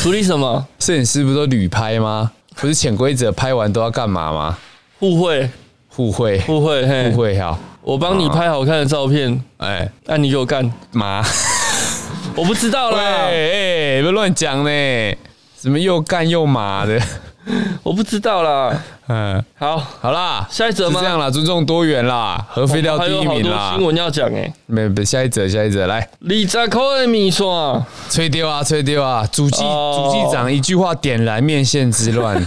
Speaker 1: 处理什么
Speaker 2: 摄影师不都旅拍吗？不是潜规则，拍完都要干嘛吗？
Speaker 1: 互惠
Speaker 2: 互惠，
Speaker 1: 互惠嘿，
Speaker 2: 互惠哈，
Speaker 1: 我帮你拍好看的照片，
Speaker 2: 哎
Speaker 1: 那、你给我干，
Speaker 2: 妈，
Speaker 1: 我不知道
Speaker 2: 喂
Speaker 1: 啦，
Speaker 2: 哎，别乱讲呢，怎么又干又麻的？
Speaker 1: 我不知道啦。
Speaker 2: 嗯，
Speaker 1: 好，
Speaker 2: 好啦，
Speaker 1: 下一则
Speaker 2: 就
Speaker 1: 吗哦
Speaker 2: 这样啦，尊重多元啦，核废料
Speaker 1: 还
Speaker 2: 第
Speaker 1: 有
Speaker 2: 一
Speaker 1: 好
Speaker 2: 名
Speaker 1: 多
Speaker 2: 啦
Speaker 1: 新。闻要讲哎、欸，
Speaker 2: 没没，下一则，下一则，来
Speaker 1: 李扎科的米刷。
Speaker 2: 吹丢啊，吹丢啊！主计
Speaker 1: 哦
Speaker 2: 主计长一句话点燃面线 之乱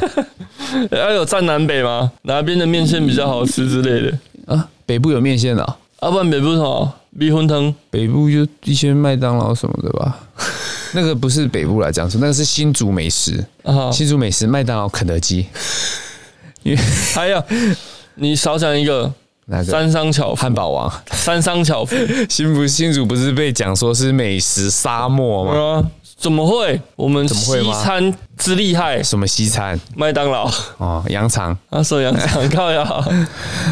Speaker 1: 要哎有占南北吗？哪边的面线比较好吃之类的？
Speaker 2: 啊！北部有面线啊，
Speaker 1: 啊，不然北部是什么米粉汤
Speaker 2: 北部就一些麦当劳什么的吧。 那个不是北部来讲说，那个是新竹美食，
Speaker 1: 啊，
Speaker 2: 新竹美食麦当劳、肯德基，
Speaker 1: 还有你少讲一个
Speaker 2: 那个
Speaker 1: 三商巧福，
Speaker 2: 汉堡王。
Speaker 1: 三商巧福
Speaker 2: 新不新竹不是被讲说是美食沙漠吗？
Speaker 1: 啊？怎么会？我们
Speaker 2: 怎么会
Speaker 1: 西
Speaker 2: 吗
Speaker 1: 餐之厉害，
Speaker 2: 什么西餐
Speaker 1: 麦当劳
Speaker 2: 哦，羊肠，
Speaker 1: 啊，说羊肠靠 呀，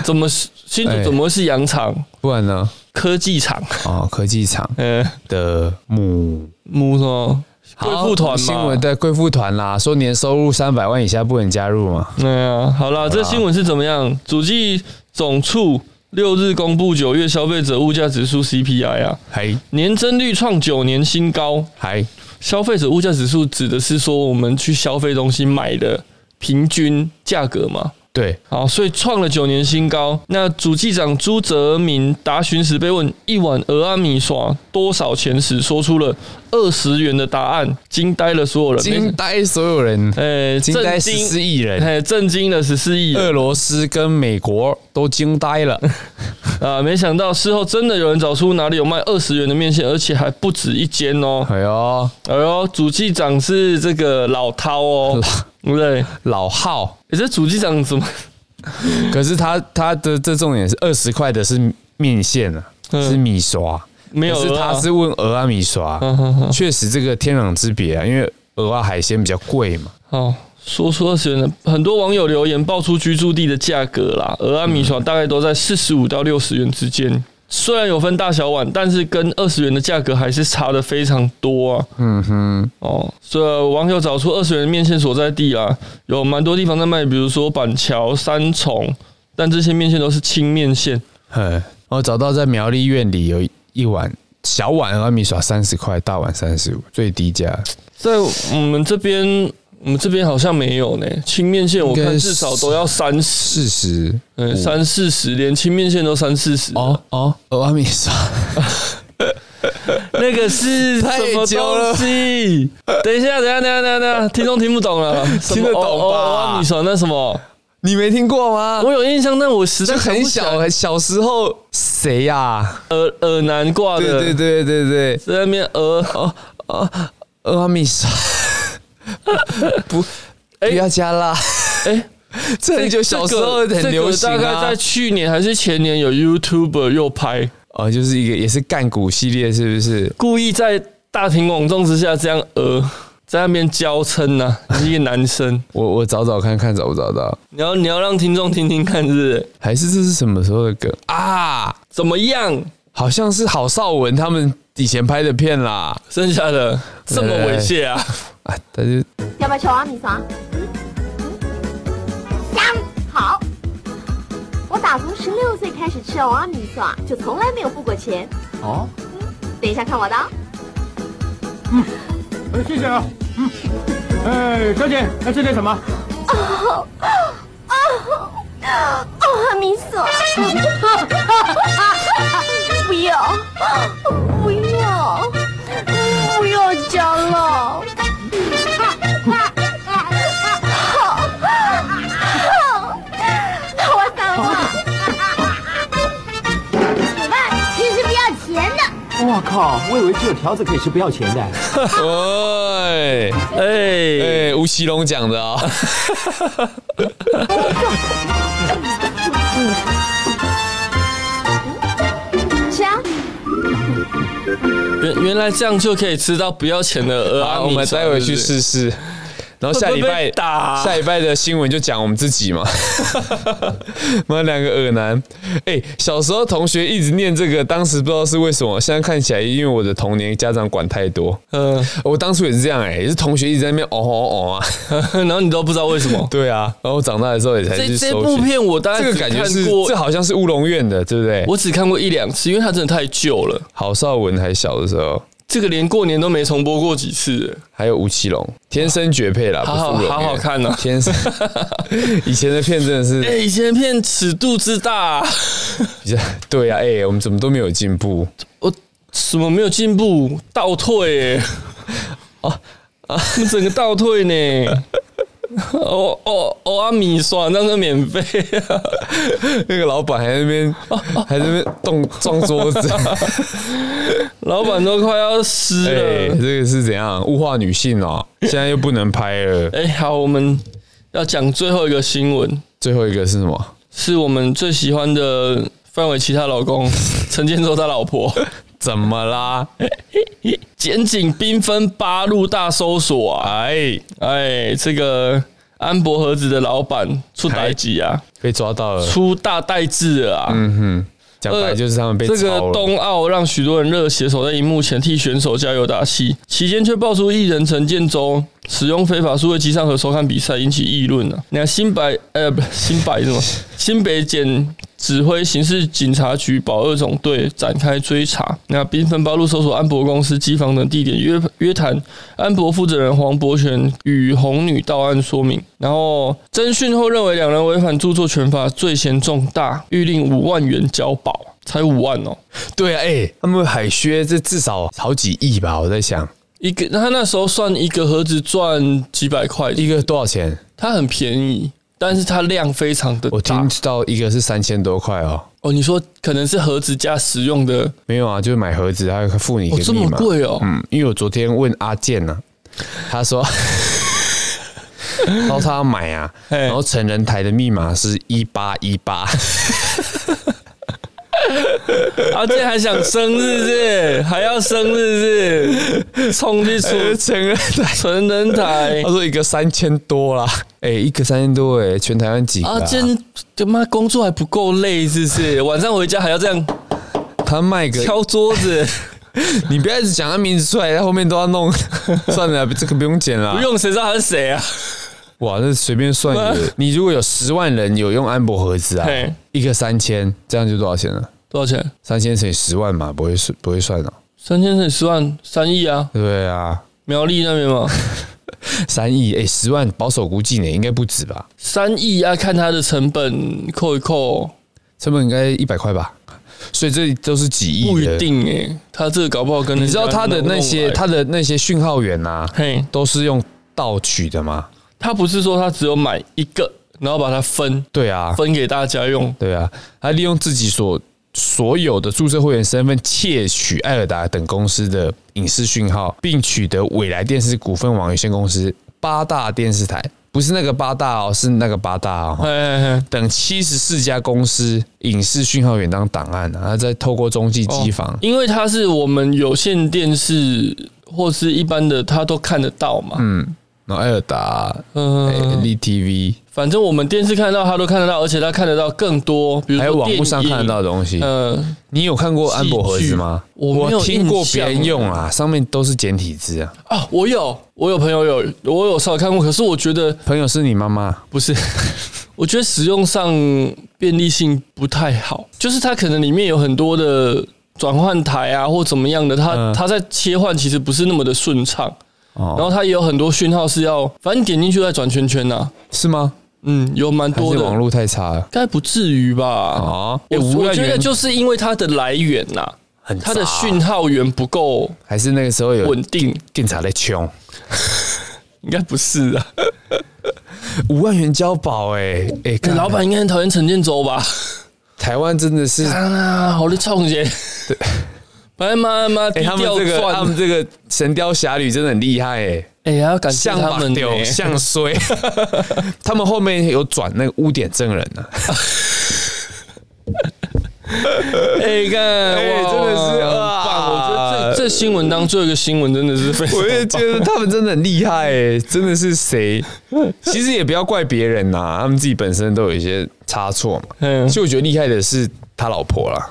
Speaker 1: 怎么是新竹
Speaker 2: 哎
Speaker 1: 怎么会是羊肠？
Speaker 2: 不然呢？
Speaker 1: 科技厂，
Speaker 2: 哦，科技厂
Speaker 1: 嗯，
Speaker 2: 的母
Speaker 1: 母什么贵妇团嘛？
Speaker 2: 新闻对贵妇团啦，说年收入三百万以下不能加入嘛。
Speaker 1: 对啊，好啦，这新闻是怎么样？主计总处六日公布九月消费者物价指数 CPI 啊，
Speaker 2: 还
Speaker 1: 年增率创九年新高。
Speaker 2: 还
Speaker 1: 消费者物价指数指的是说我们去消费东西买的平均价格嘛。
Speaker 2: 对，
Speaker 1: 好，所以创了九年新高。那主计长朱泽民答询时被问一碗俄阿米耍多少钱时，说出了二十元的答案，惊呆了所有人。
Speaker 2: 惊呆所有人，
Speaker 1: 哎，
Speaker 2: 惊呆
Speaker 1: 震
Speaker 2: 十四
Speaker 1: 惊，
Speaker 2: 亿人，
Speaker 1: 哎，震惊了十四亿人。
Speaker 2: 俄罗斯跟美国都惊呆 了。
Speaker 1: 啊，没想到事后真的有人找出哪里有卖二十元的面线，而且还不止一间 哦。
Speaker 2: 哎呦，
Speaker 1: 哎呦，主机长是这个老涛哦，对不对？
Speaker 2: 老号，
Speaker 1: 你这主机长怎么？
Speaker 2: 可是他他的这重点是二十块的是面线啊，
Speaker 1: 嗯
Speaker 2: 是米刷，
Speaker 1: 没有
Speaker 2: 可是
Speaker 1: 鹅啊
Speaker 2: 他是问鹅啊米刷
Speaker 1: 嗯，哼哼
Speaker 2: 确实这个天壤之别啊，因为鹅啊海鲜比较贵嘛。
Speaker 1: 哦，说出二十元的，很多网友留言爆出居住地的价格啦，俄阿米爽大概都在四十五到六十元之间。虽然有分大小碗，但是跟二十元的价格还是差的非常多啊。嗯哼，哦，所以网友找出二十元的面线所在地啊，有蛮多地方在卖，比如说板桥、三重，但这些面线都是青面线。
Speaker 2: 嗯，我找到在苗栗院里有一碗小碗鹅啊米刷三十块，大碗三十五，最低价。
Speaker 1: 在我们这边，我们这边好像没有呢。青面线我
Speaker 2: 应
Speaker 1: 看
Speaker 2: 该
Speaker 1: 至少都要三十，
Speaker 2: 四十
Speaker 1: 嗯，三四十，连青面线都三四十。
Speaker 2: 哦哦，俄阿米莎，
Speaker 1: 那个是什么东西？等一下，等一下，等一下，等一下等一下，听众听不懂了，什么
Speaker 2: 听得懂吧
Speaker 1: 哦哦哦你说那什么？
Speaker 2: 你没听过吗？
Speaker 1: 我有印象，但我实在
Speaker 2: 就
Speaker 1: 想
Speaker 2: 很
Speaker 1: 不起来
Speaker 2: 小，很小时候谁呀、
Speaker 1: 耳耳难挂
Speaker 2: 对
Speaker 1: 的，
Speaker 2: 对对对对，
Speaker 1: 在那边耳哦，
Speaker 2: 俄呃阿米 莎，不，不要加辣，
Speaker 1: 哎，
Speaker 2: 这很久小时候很流行
Speaker 1: 这个大概
Speaker 2: 啊
Speaker 1: 在。去年还是前年，有 YouTuber 又拍，
Speaker 2: 哦，就是一个也是干股系列，是不是？
Speaker 1: 故意在大庭广众之下这样呃，在那边娇嗔呐、你是一个男生，
Speaker 2: 我我找找看看找不找到，
Speaker 1: 你要你要让听众听听看，是不是？
Speaker 2: 还是这是什么时候的梗啊？
Speaker 1: 怎么样？
Speaker 2: 好像是郝邵文他们以前拍的片啦
Speaker 1: 剩下的这么猥亵啊？
Speaker 2: 啊，但是
Speaker 5: 要不要求阿米桑？嗯嗯，香好。我打从十六岁开始吃欧阿米桑，就从来没有付过钱。哦，等一下看我的哦。
Speaker 6: 嗯谢谢啊，嗯，哎，小姐，要吃点什么？
Speaker 5: 哦，阿米索，不要，不要，不要加了。好，我嗓子。请问这是不要钱的？
Speaker 6: 我靠，我以为只有条子可以吃不要钱的。
Speaker 2: 喂，
Speaker 1: 哎、
Speaker 2: 哎、吴奇隆讲 的啊、
Speaker 5: 吃啊。
Speaker 1: 原原来这样就可以吃到不要钱的鹅啊！
Speaker 2: 好，我们待会去
Speaker 1: 是
Speaker 2: 试试。然后下
Speaker 1: 会
Speaker 2: 礼
Speaker 1: 不会
Speaker 2: 拜
Speaker 1: 被打
Speaker 2: 下礼拜的新闻就讲我们自己嘛。 妈两个耳男，哎、小时候同学一直念这个，当时不知道是为什么，现在看起来因为我的童年家长管太多。
Speaker 1: 不是，嗯、
Speaker 2: 我当初也是这样哎、也是同学一直在那边哦哦哦啊，
Speaker 1: 然后你都不知道为什 么。
Speaker 2: 对啊，然后我长大的时候也才去
Speaker 1: 这这
Speaker 2: 搜
Speaker 1: 部
Speaker 2: 寻
Speaker 1: 片我大概
Speaker 2: 这个
Speaker 1: 只
Speaker 2: 感觉
Speaker 1: 看
Speaker 2: 是
Speaker 1: 过
Speaker 2: 这好像是乌龙院的，对不对？
Speaker 1: 我只看过一两次，因为它真的太旧了，
Speaker 2: 郝邵文还小的时候，
Speaker 1: 这个连过年都没重播过几次了。
Speaker 2: 还有吴奇隆，天生绝配啦，
Speaker 1: 好
Speaker 2: 不是
Speaker 1: 好
Speaker 2: 乌龙
Speaker 1: 好
Speaker 2: 院
Speaker 1: 好看哦
Speaker 2: 天生 以前的片真的是
Speaker 1: 哎、以前片尺度之大啊、
Speaker 2: 比较对啊，哎、我们怎么都没有进步
Speaker 1: 我什么没有进步，倒退、欸， 啊啊，我们整个倒退呢。 哦哦哦，阿米刷那个免费、 啊，
Speaker 2: 那个老板还在那边，还在那边动撞 桌子，
Speaker 1: 啊老板都快要湿
Speaker 2: 哎、
Speaker 1: 了。
Speaker 2: 这个是怎样物化女性哦？现在又不能拍了。
Speaker 1: 哎、好，我们要讲最后一个新闻，
Speaker 2: 最后一个是什么？
Speaker 1: 是我们最喜欢的范玮琪她老公陈建州他老 婆，
Speaker 2: 怎么啦？
Speaker 1: 检警兵分八路大搜索啊！哎哎，这个安博盒子的老板出代级啊，
Speaker 2: 被抓到了。
Speaker 1: 出大代志了啊！
Speaker 2: 讲白了就是他嗯们被
Speaker 1: 这个
Speaker 2: 抄了
Speaker 1: 冬奥让许多人热血守在荧幕前替选手加油打气，期间却爆出艺人陈建州使用非法数位机上和收看比赛，引起议论啊。那新北呃不新北是吗？新北检指挥刑事警察局保二总队展开追查，那兵分八路搜索安博公司、机房等地点，约约谈安博负责人黄博全与红女到案说明。然后侦讯后认为两人违反著作权法，罪嫌重大，预令五万元交保。才五万哦，
Speaker 2: 对啊，哎、他们海靴这至少好几亿吧？我在想，
Speaker 1: 一个他那时候算一个盒子赚几百块，
Speaker 2: 一个多少钱？
Speaker 1: 它很便宜，但是它量非常的
Speaker 2: 我
Speaker 1: 大
Speaker 2: 听。到一个是三千多块哦。
Speaker 1: 哦，你说可能是盒子加食用的，
Speaker 2: 没有啊，就是买盒子，他付你一个
Speaker 1: 哦，这么
Speaker 2: 密码
Speaker 1: 贵哦，
Speaker 2: 嗯，因为我昨天问阿健呢、啊，他说， 然后他要买啊，
Speaker 1: 嘿
Speaker 2: 然后成人台的密码是一八一 八，
Speaker 1: 阿健啊还想生日 是不是？还要生日是不是？冲去出
Speaker 2: 哎成人台，
Speaker 1: 成人 台
Speaker 2: 他，说一个三千多啦，哎、一个三千多哎、全台湾几个、啊？
Speaker 1: 阿健他妈工作还不够累是不 是？晚上回家还要这样
Speaker 2: 他卖个，
Speaker 1: 敲桌子，
Speaker 2: 你不要一直讲他名字出来，他后面都要弄，算了，这个不用剪啦
Speaker 1: 不。用谁知道他是谁啊？
Speaker 2: 哇，那随 便算一个，你如果有十万人有用安博盒子啊
Speaker 1: 嘿，
Speaker 2: 一个三千，这样就多少钱了？
Speaker 1: 多少钱？
Speaker 2: 三千乘以十万嘛，不会算不会算哦。
Speaker 1: 三千乘以十万，三亿啊！
Speaker 2: 对啊，
Speaker 1: 苗栗那边吗？
Speaker 2: 三亿，哎，十万保守估计呢，应该不止吧？
Speaker 1: 三亿啊，看它的成本扣一扣，
Speaker 2: 成本应该一百块吧？所以这都是几亿，
Speaker 1: 不一。定哎、它这个搞不好跟
Speaker 2: 你知道他的那些
Speaker 1: 它
Speaker 2: 他的那些讯号源啊，
Speaker 1: 嘿，
Speaker 2: 都是用盗取的吗？
Speaker 1: 它不是说它只有买一个，然后把它分
Speaker 2: 对啊，
Speaker 1: 分给大家用，
Speaker 2: 对啊，他利用自己所所有的注册会员身份窃取艾尔达等公司的影视讯号，并取得未来电视股份网有限公司八大电视台，不是那个八大哦，是那个八大哦。
Speaker 1: 嘿嘿嘿，
Speaker 2: 等七十四家公司影视讯号源当档案、啊，然后再透过中继机房，
Speaker 1: 因为它是我们有线电视或是一般的，它都看得到嘛。嗯
Speaker 2: 然后艾尔达、嗯、立 TV，
Speaker 1: 反正我们电视看得到，它都看得到，而且它看得到更多，比如
Speaker 2: 还有
Speaker 1: 说
Speaker 2: 网络上
Speaker 1: 电影
Speaker 2: 看得到的东西。
Speaker 1: 呃，
Speaker 2: 你有看过安博盒子吗？
Speaker 1: 戏剧我没有
Speaker 2: 听过
Speaker 1: 印
Speaker 2: 别
Speaker 1: 象
Speaker 2: 人用啊，上面都是简体字啊。
Speaker 1: 啊，我有，我有朋友有，我有稍微看过，可是我觉得
Speaker 2: 朋友是你妈妈，
Speaker 1: 不是， 我觉得使用上便利性不太好，就是它可能里面有很多的转换台啊或怎么样的，它、
Speaker 2: 嗯
Speaker 1: 它在切换其实不是那么的顺畅，
Speaker 2: 哦
Speaker 1: 然后它也有很多讯号是要，反正你点进去再转圈圈呐、
Speaker 2: 是吗？
Speaker 1: 嗯，有蛮
Speaker 2: 还
Speaker 1: 多
Speaker 2: 是
Speaker 1: 的，
Speaker 2: 网
Speaker 1: 应
Speaker 2: 络太差了？
Speaker 1: 该不至于吧？
Speaker 2: 哦
Speaker 1: 我
Speaker 2: 欸无
Speaker 1: 我
Speaker 2: 赖
Speaker 1: 觉得
Speaker 2: 源
Speaker 1: 就是因为它的来源呐、
Speaker 2: 很
Speaker 1: 它的
Speaker 2: 杂啊
Speaker 1: 讯号源不够
Speaker 2: 还是那个时候有
Speaker 1: 稳定，
Speaker 2: 警察在 穷
Speaker 1: 应该不是 啊。
Speaker 2: 五万元交保、欸，哎、欸、哎，
Speaker 1: 老板应该很讨厌陈建州 吧？
Speaker 2: 台湾真的是，哎、
Speaker 1: 啊， 好的创些。对， 反正妈妈低
Speaker 2: 哎他们
Speaker 1: 调
Speaker 2: 这个他们
Speaker 1: 算，
Speaker 2: 这个《神雕侠侣》真的很厉害、欸，
Speaker 1: 哎，还要感谢
Speaker 2: 像
Speaker 1: 他
Speaker 2: 把
Speaker 1: 们哎呢
Speaker 2: 丢像衰， 他们后面有转那个污点证人呢、啊，
Speaker 1: 哎，看，
Speaker 2: 哎
Speaker 1: 哇
Speaker 2: 真的是
Speaker 1: 很
Speaker 2: 哇
Speaker 1: 棒。我觉得这这新闻当中有一个新闻真的是非常
Speaker 2: 我也觉 得他们真的很厉害、欸，真的是谁？其实也不要怪别人呐、他们自己本身都有一些差错嘛。
Speaker 1: 嗯
Speaker 2: 其实我觉得厉害的是他老婆啦，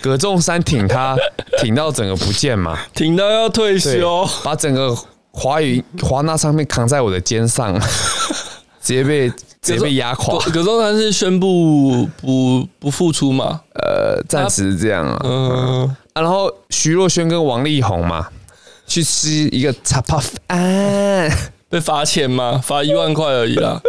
Speaker 2: 葛仲山 挺他挺到整个不见嘛，
Speaker 1: 挺到要退
Speaker 2: 对
Speaker 1: 休，，
Speaker 2: 把整个华语华纳上面扛在我的肩上， 直接被直接被压垮。
Speaker 1: 葛葛中山是宣布不不复出嘛？
Speaker 2: 呃，暂时这样啊。
Speaker 1: 嗯，
Speaker 2: 啊然后徐若瑄跟王力宏嘛，去吃一个茶泡饭。
Speaker 1: 被罚钱嘛，罚一万块而已啦。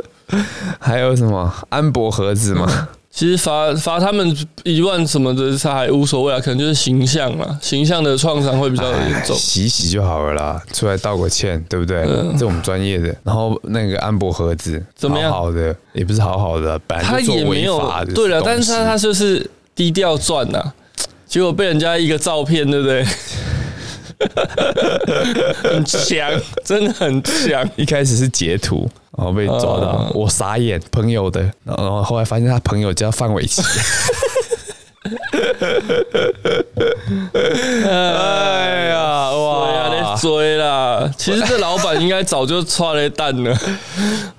Speaker 2: 还有什么安博盒子嘛？
Speaker 1: 其实罚罚他们一万什么的，他还无所谓啊，可能就是形象啦，形象的创伤会比较严重。
Speaker 2: 哎洗一洗就好了啦，出来道个歉，对不对？这我们专业的。然后那个安博盒子
Speaker 1: 嗯怎么样
Speaker 2: 好好的也不是好好的，啊本
Speaker 1: 他
Speaker 2: 来就
Speaker 1: 也
Speaker 2: 做
Speaker 1: 没
Speaker 2: 违
Speaker 1: 有
Speaker 2: 法的东西。
Speaker 1: 对了，但是他他就是低调赚呐、结果被人家一个照片，对不对？ 很强，真的很强。
Speaker 2: 一开始是截图，然后被抓到，
Speaker 1: 嗯
Speaker 2: 我傻眼，朋友的，然后然后后来发现他朋友叫范玮 琪。哎呀，
Speaker 1: 对啊，
Speaker 2: 哇
Speaker 1: 在！追啦。其实这老板应该早就踹了蛋了。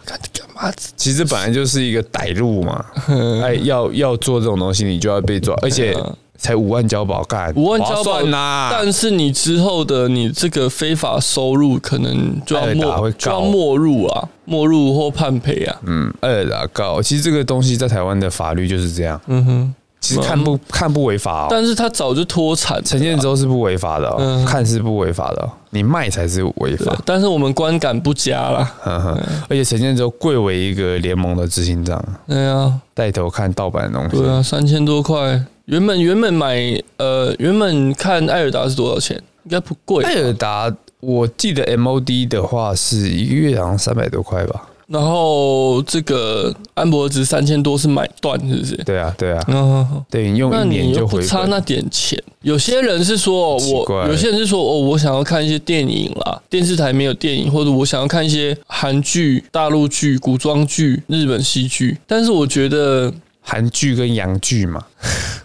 Speaker 1: 干干嘛？
Speaker 2: 其实本来就是一个歹路嘛，
Speaker 1: 嗯
Speaker 2: 哎，要要做这种东西，你就要被抓，而且才五万交保，干
Speaker 1: 五万交保
Speaker 2: 划算呐！
Speaker 1: 但是你之后的你这个非法收入，可能就要
Speaker 2: 艾尔达
Speaker 1: 没
Speaker 2: 哎会
Speaker 1: 就要
Speaker 2: 告
Speaker 1: 没入啊，没入或判赔啊。
Speaker 2: 嗯，二打告，其实这个东西在台湾的法律就是这样，嗯哼，其实看不看不违法哦。
Speaker 1: 嗯但是他早就脱产了，
Speaker 2: 陈建州是不违法的哦
Speaker 1: 嗯，
Speaker 2: 看似不违法的哦，你卖才是违
Speaker 1: 对嗯
Speaker 2: 法。
Speaker 1: 但是我们观感不佳啦。
Speaker 2: 呵呵，而且陈建州贵为一个联盟的执行长，
Speaker 1: 对啊，
Speaker 2: 带头看盗版的东
Speaker 1: 对
Speaker 2: 西，
Speaker 1: 啊，三千多块。原本原本买呃，原本看艾尔达是多少钱？应该不贵。
Speaker 2: 艾尔达。我记得 MOD 的话是一个月好像三百多块吧，
Speaker 1: 然后这个安博值三千多是买断，是不是？
Speaker 2: 对啊，对啊，
Speaker 1: 嗯，
Speaker 2: 对你用
Speaker 1: 那
Speaker 2: 一
Speaker 1: 你
Speaker 2: 年
Speaker 1: 又
Speaker 2: 就
Speaker 1: 不
Speaker 2: 回
Speaker 1: 差
Speaker 2: 本。
Speaker 1: 那点钱。有些人是说
Speaker 2: 奇
Speaker 1: 我，
Speaker 2: 怪
Speaker 1: 有些人是说哦，我想要看一些电影啦，电视台没有电影，或者我想要看一些韩剧、大陆剧、古装剧、日本戏剧。但是我觉得
Speaker 2: 韩剧跟洋剧嘛，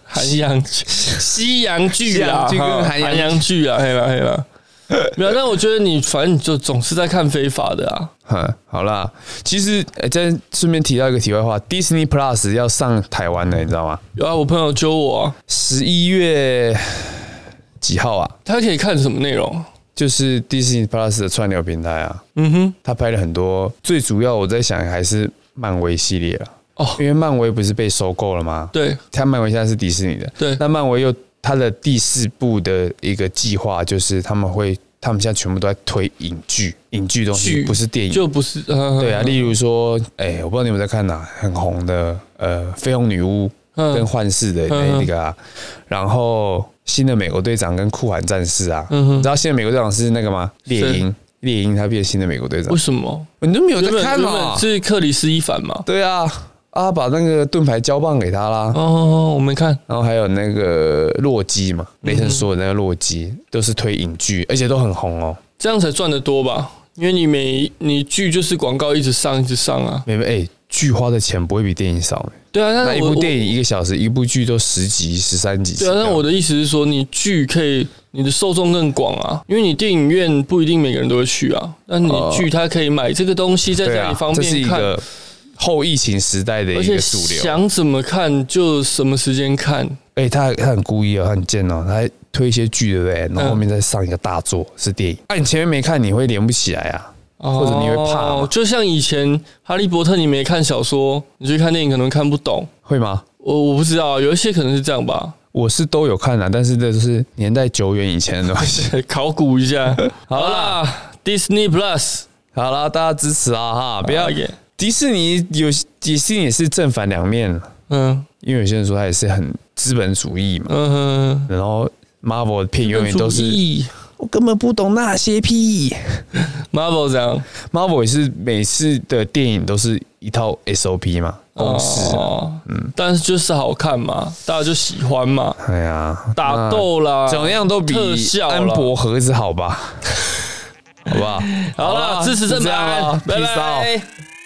Speaker 1: 韩洋剧、西洋剧啊，
Speaker 2: 西洋剧跟
Speaker 1: 哈
Speaker 2: 韩洋剧
Speaker 1: 洋剧啊，黑啦黑啦。没有，但我觉得你反正你就总是在看非法的啊。
Speaker 2: 哼， 好啦，其实呃再顺便提到一个题外话，Disney Plus 要上台湾了，你知道吗？
Speaker 1: 有啊，我朋友揪我、啊，
Speaker 2: 十一月几号啊？
Speaker 1: 他可以看什么内容？
Speaker 2: 就是 Disney Plus 的串流平台啊，
Speaker 1: 嗯哼，
Speaker 2: 他拍了很多，最主要我在想还是漫威系列了，
Speaker 1: 哦
Speaker 2: 因为漫威不是被收购了吗？，
Speaker 1: 对，
Speaker 2: 他漫威现在是迪士尼的，
Speaker 1: 对
Speaker 2: 那漫威又他的第四部的一个计划就是他们会他们现在全部都在推影剧，影剧东西
Speaker 1: 剧
Speaker 2: 不是电影，
Speaker 1: 就不是，呃
Speaker 2: 对啊，，例如说，哎、我不知道你们在看哪、啊很红的，呃，《绯红女巫》
Speaker 1: 嗯
Speaker 2: 跟《幻视》的那
Speaker 1: 嗯
Speaker 2: 那个啊，然后新的美国队长跟酷寒战士啊，
Speaker 1: 嗯
Speaker 2: 你知道新的美国队长是那个吗？猎鹰，猎鹰他变新的美国队长哦
Speaker 1: 为，什么？
Speaker 2: 你都没有在
Speaker 1: 原本
Speaker 2: 看
Speaker 1: 原
Speaker 2: 嘛
Speaker 1: 本？是克里斯一凡嘛？
Speaker 2: 对啊，啊，把那个盾牌交棒给他啦。
Speaker 1: 哦，我没看，
Speaker 2: 然后还有那个洛基嘛，雷
Speaker 1: 嗯
Speaker 2: 神说的那个洛基都是推影剧，而且都很红哦。
Speaker 1: 这样才赚得多吧？因为你每你剧就是广告一直上一直上啊，
Speaker 2: 没没，哎，剧花的钱不会比电影少、
Speaker 1: 对啊，
Speaker 2: 那
Speaker 1: 那
Speaker 2: 一
Speaker 1: 我
Speaker 2: 部电
Speaker 1: 我
Speaker 2: 影一个小时，一部剧都十集、十三集。
Speaker 1: 对啊，那我的意思是说，你剧可以，你的受众更广啊，因为你电影院不一定每个人都会去啊，那你剧它可以买这个东西，在
Speaker 2: 对
Speaker 1: 家
Speaker 2: 啊
Speaker 1: 里方，
Speaker 2: 这是一
Speaker 1: 便看，
Speaker 2: 个后疫情时代的
Speaker 1: 而
Speaker 2: 一
Speaker 1: 且
Speaker 2: 个主流。
Speaker 1: 想怎么看就什么时间看，
Speaker 2: 哎、他他很故意哦，他很贱哦，他还推一些剧，对不对？然
Speaker 1: 嗯
Speaker 2: 后后面再上一个大作是电影，那、你前面没看，你会连不起来啊，或者你会怕
Speaker 1: 哦
Speaker 2: 吗，
Speaker 1: 就像以前《哈利波特》，你没看小说，你去看电影可能看不懂，
Speaker 2: 会吗？
Speaker 1: 我我不知道啊，有一些可能是这样吧，
Speaker 2: 我是都有看啊，但是这就是年代久远以前的东 西。
Speaker 1: 考古一 下。好啦，Disney Plus，
Speaker 2: 好啦，大家支持啊哈，不要
Speaker 1: 好耶
Speaker 2: 迪士尼有迪士尼也是正反两面，
Speaker 1: 嗯
Speaker 2: 因为有些人说他也是很资本主义嘛，
Speaker 1: 嗯哼，
Speaker 2: 然后 Marvel 的片永远都是
Speaker 1: 主义
Speaker 2: 我根本不懂那些屁。
Speaker 1: Marvel 这样
Speaker 2: Marvel 也是每次的电影都是一套 SOP 嘛，公式。啊
Speaker 1: 哦，但是就是好看嘛，大家就喜欢嘛，
Speaker 2: 哎呀，
Speaker 1: 打斗啦，
Speaker 2: 怎么样都比
Speaker 1: 特效啦啊
Speaker 2: 安博盒 子好吧？好不好？
Speaker 1: 好
Speaker 2: 好啦
Speaker 1: 啦，支持正
Speaker 2: 就这样
Speaker 1: 版
Speaker 2: 啦，
Speaker 1: 拜
Speaker 2: peace out
Speaker 1: 拜。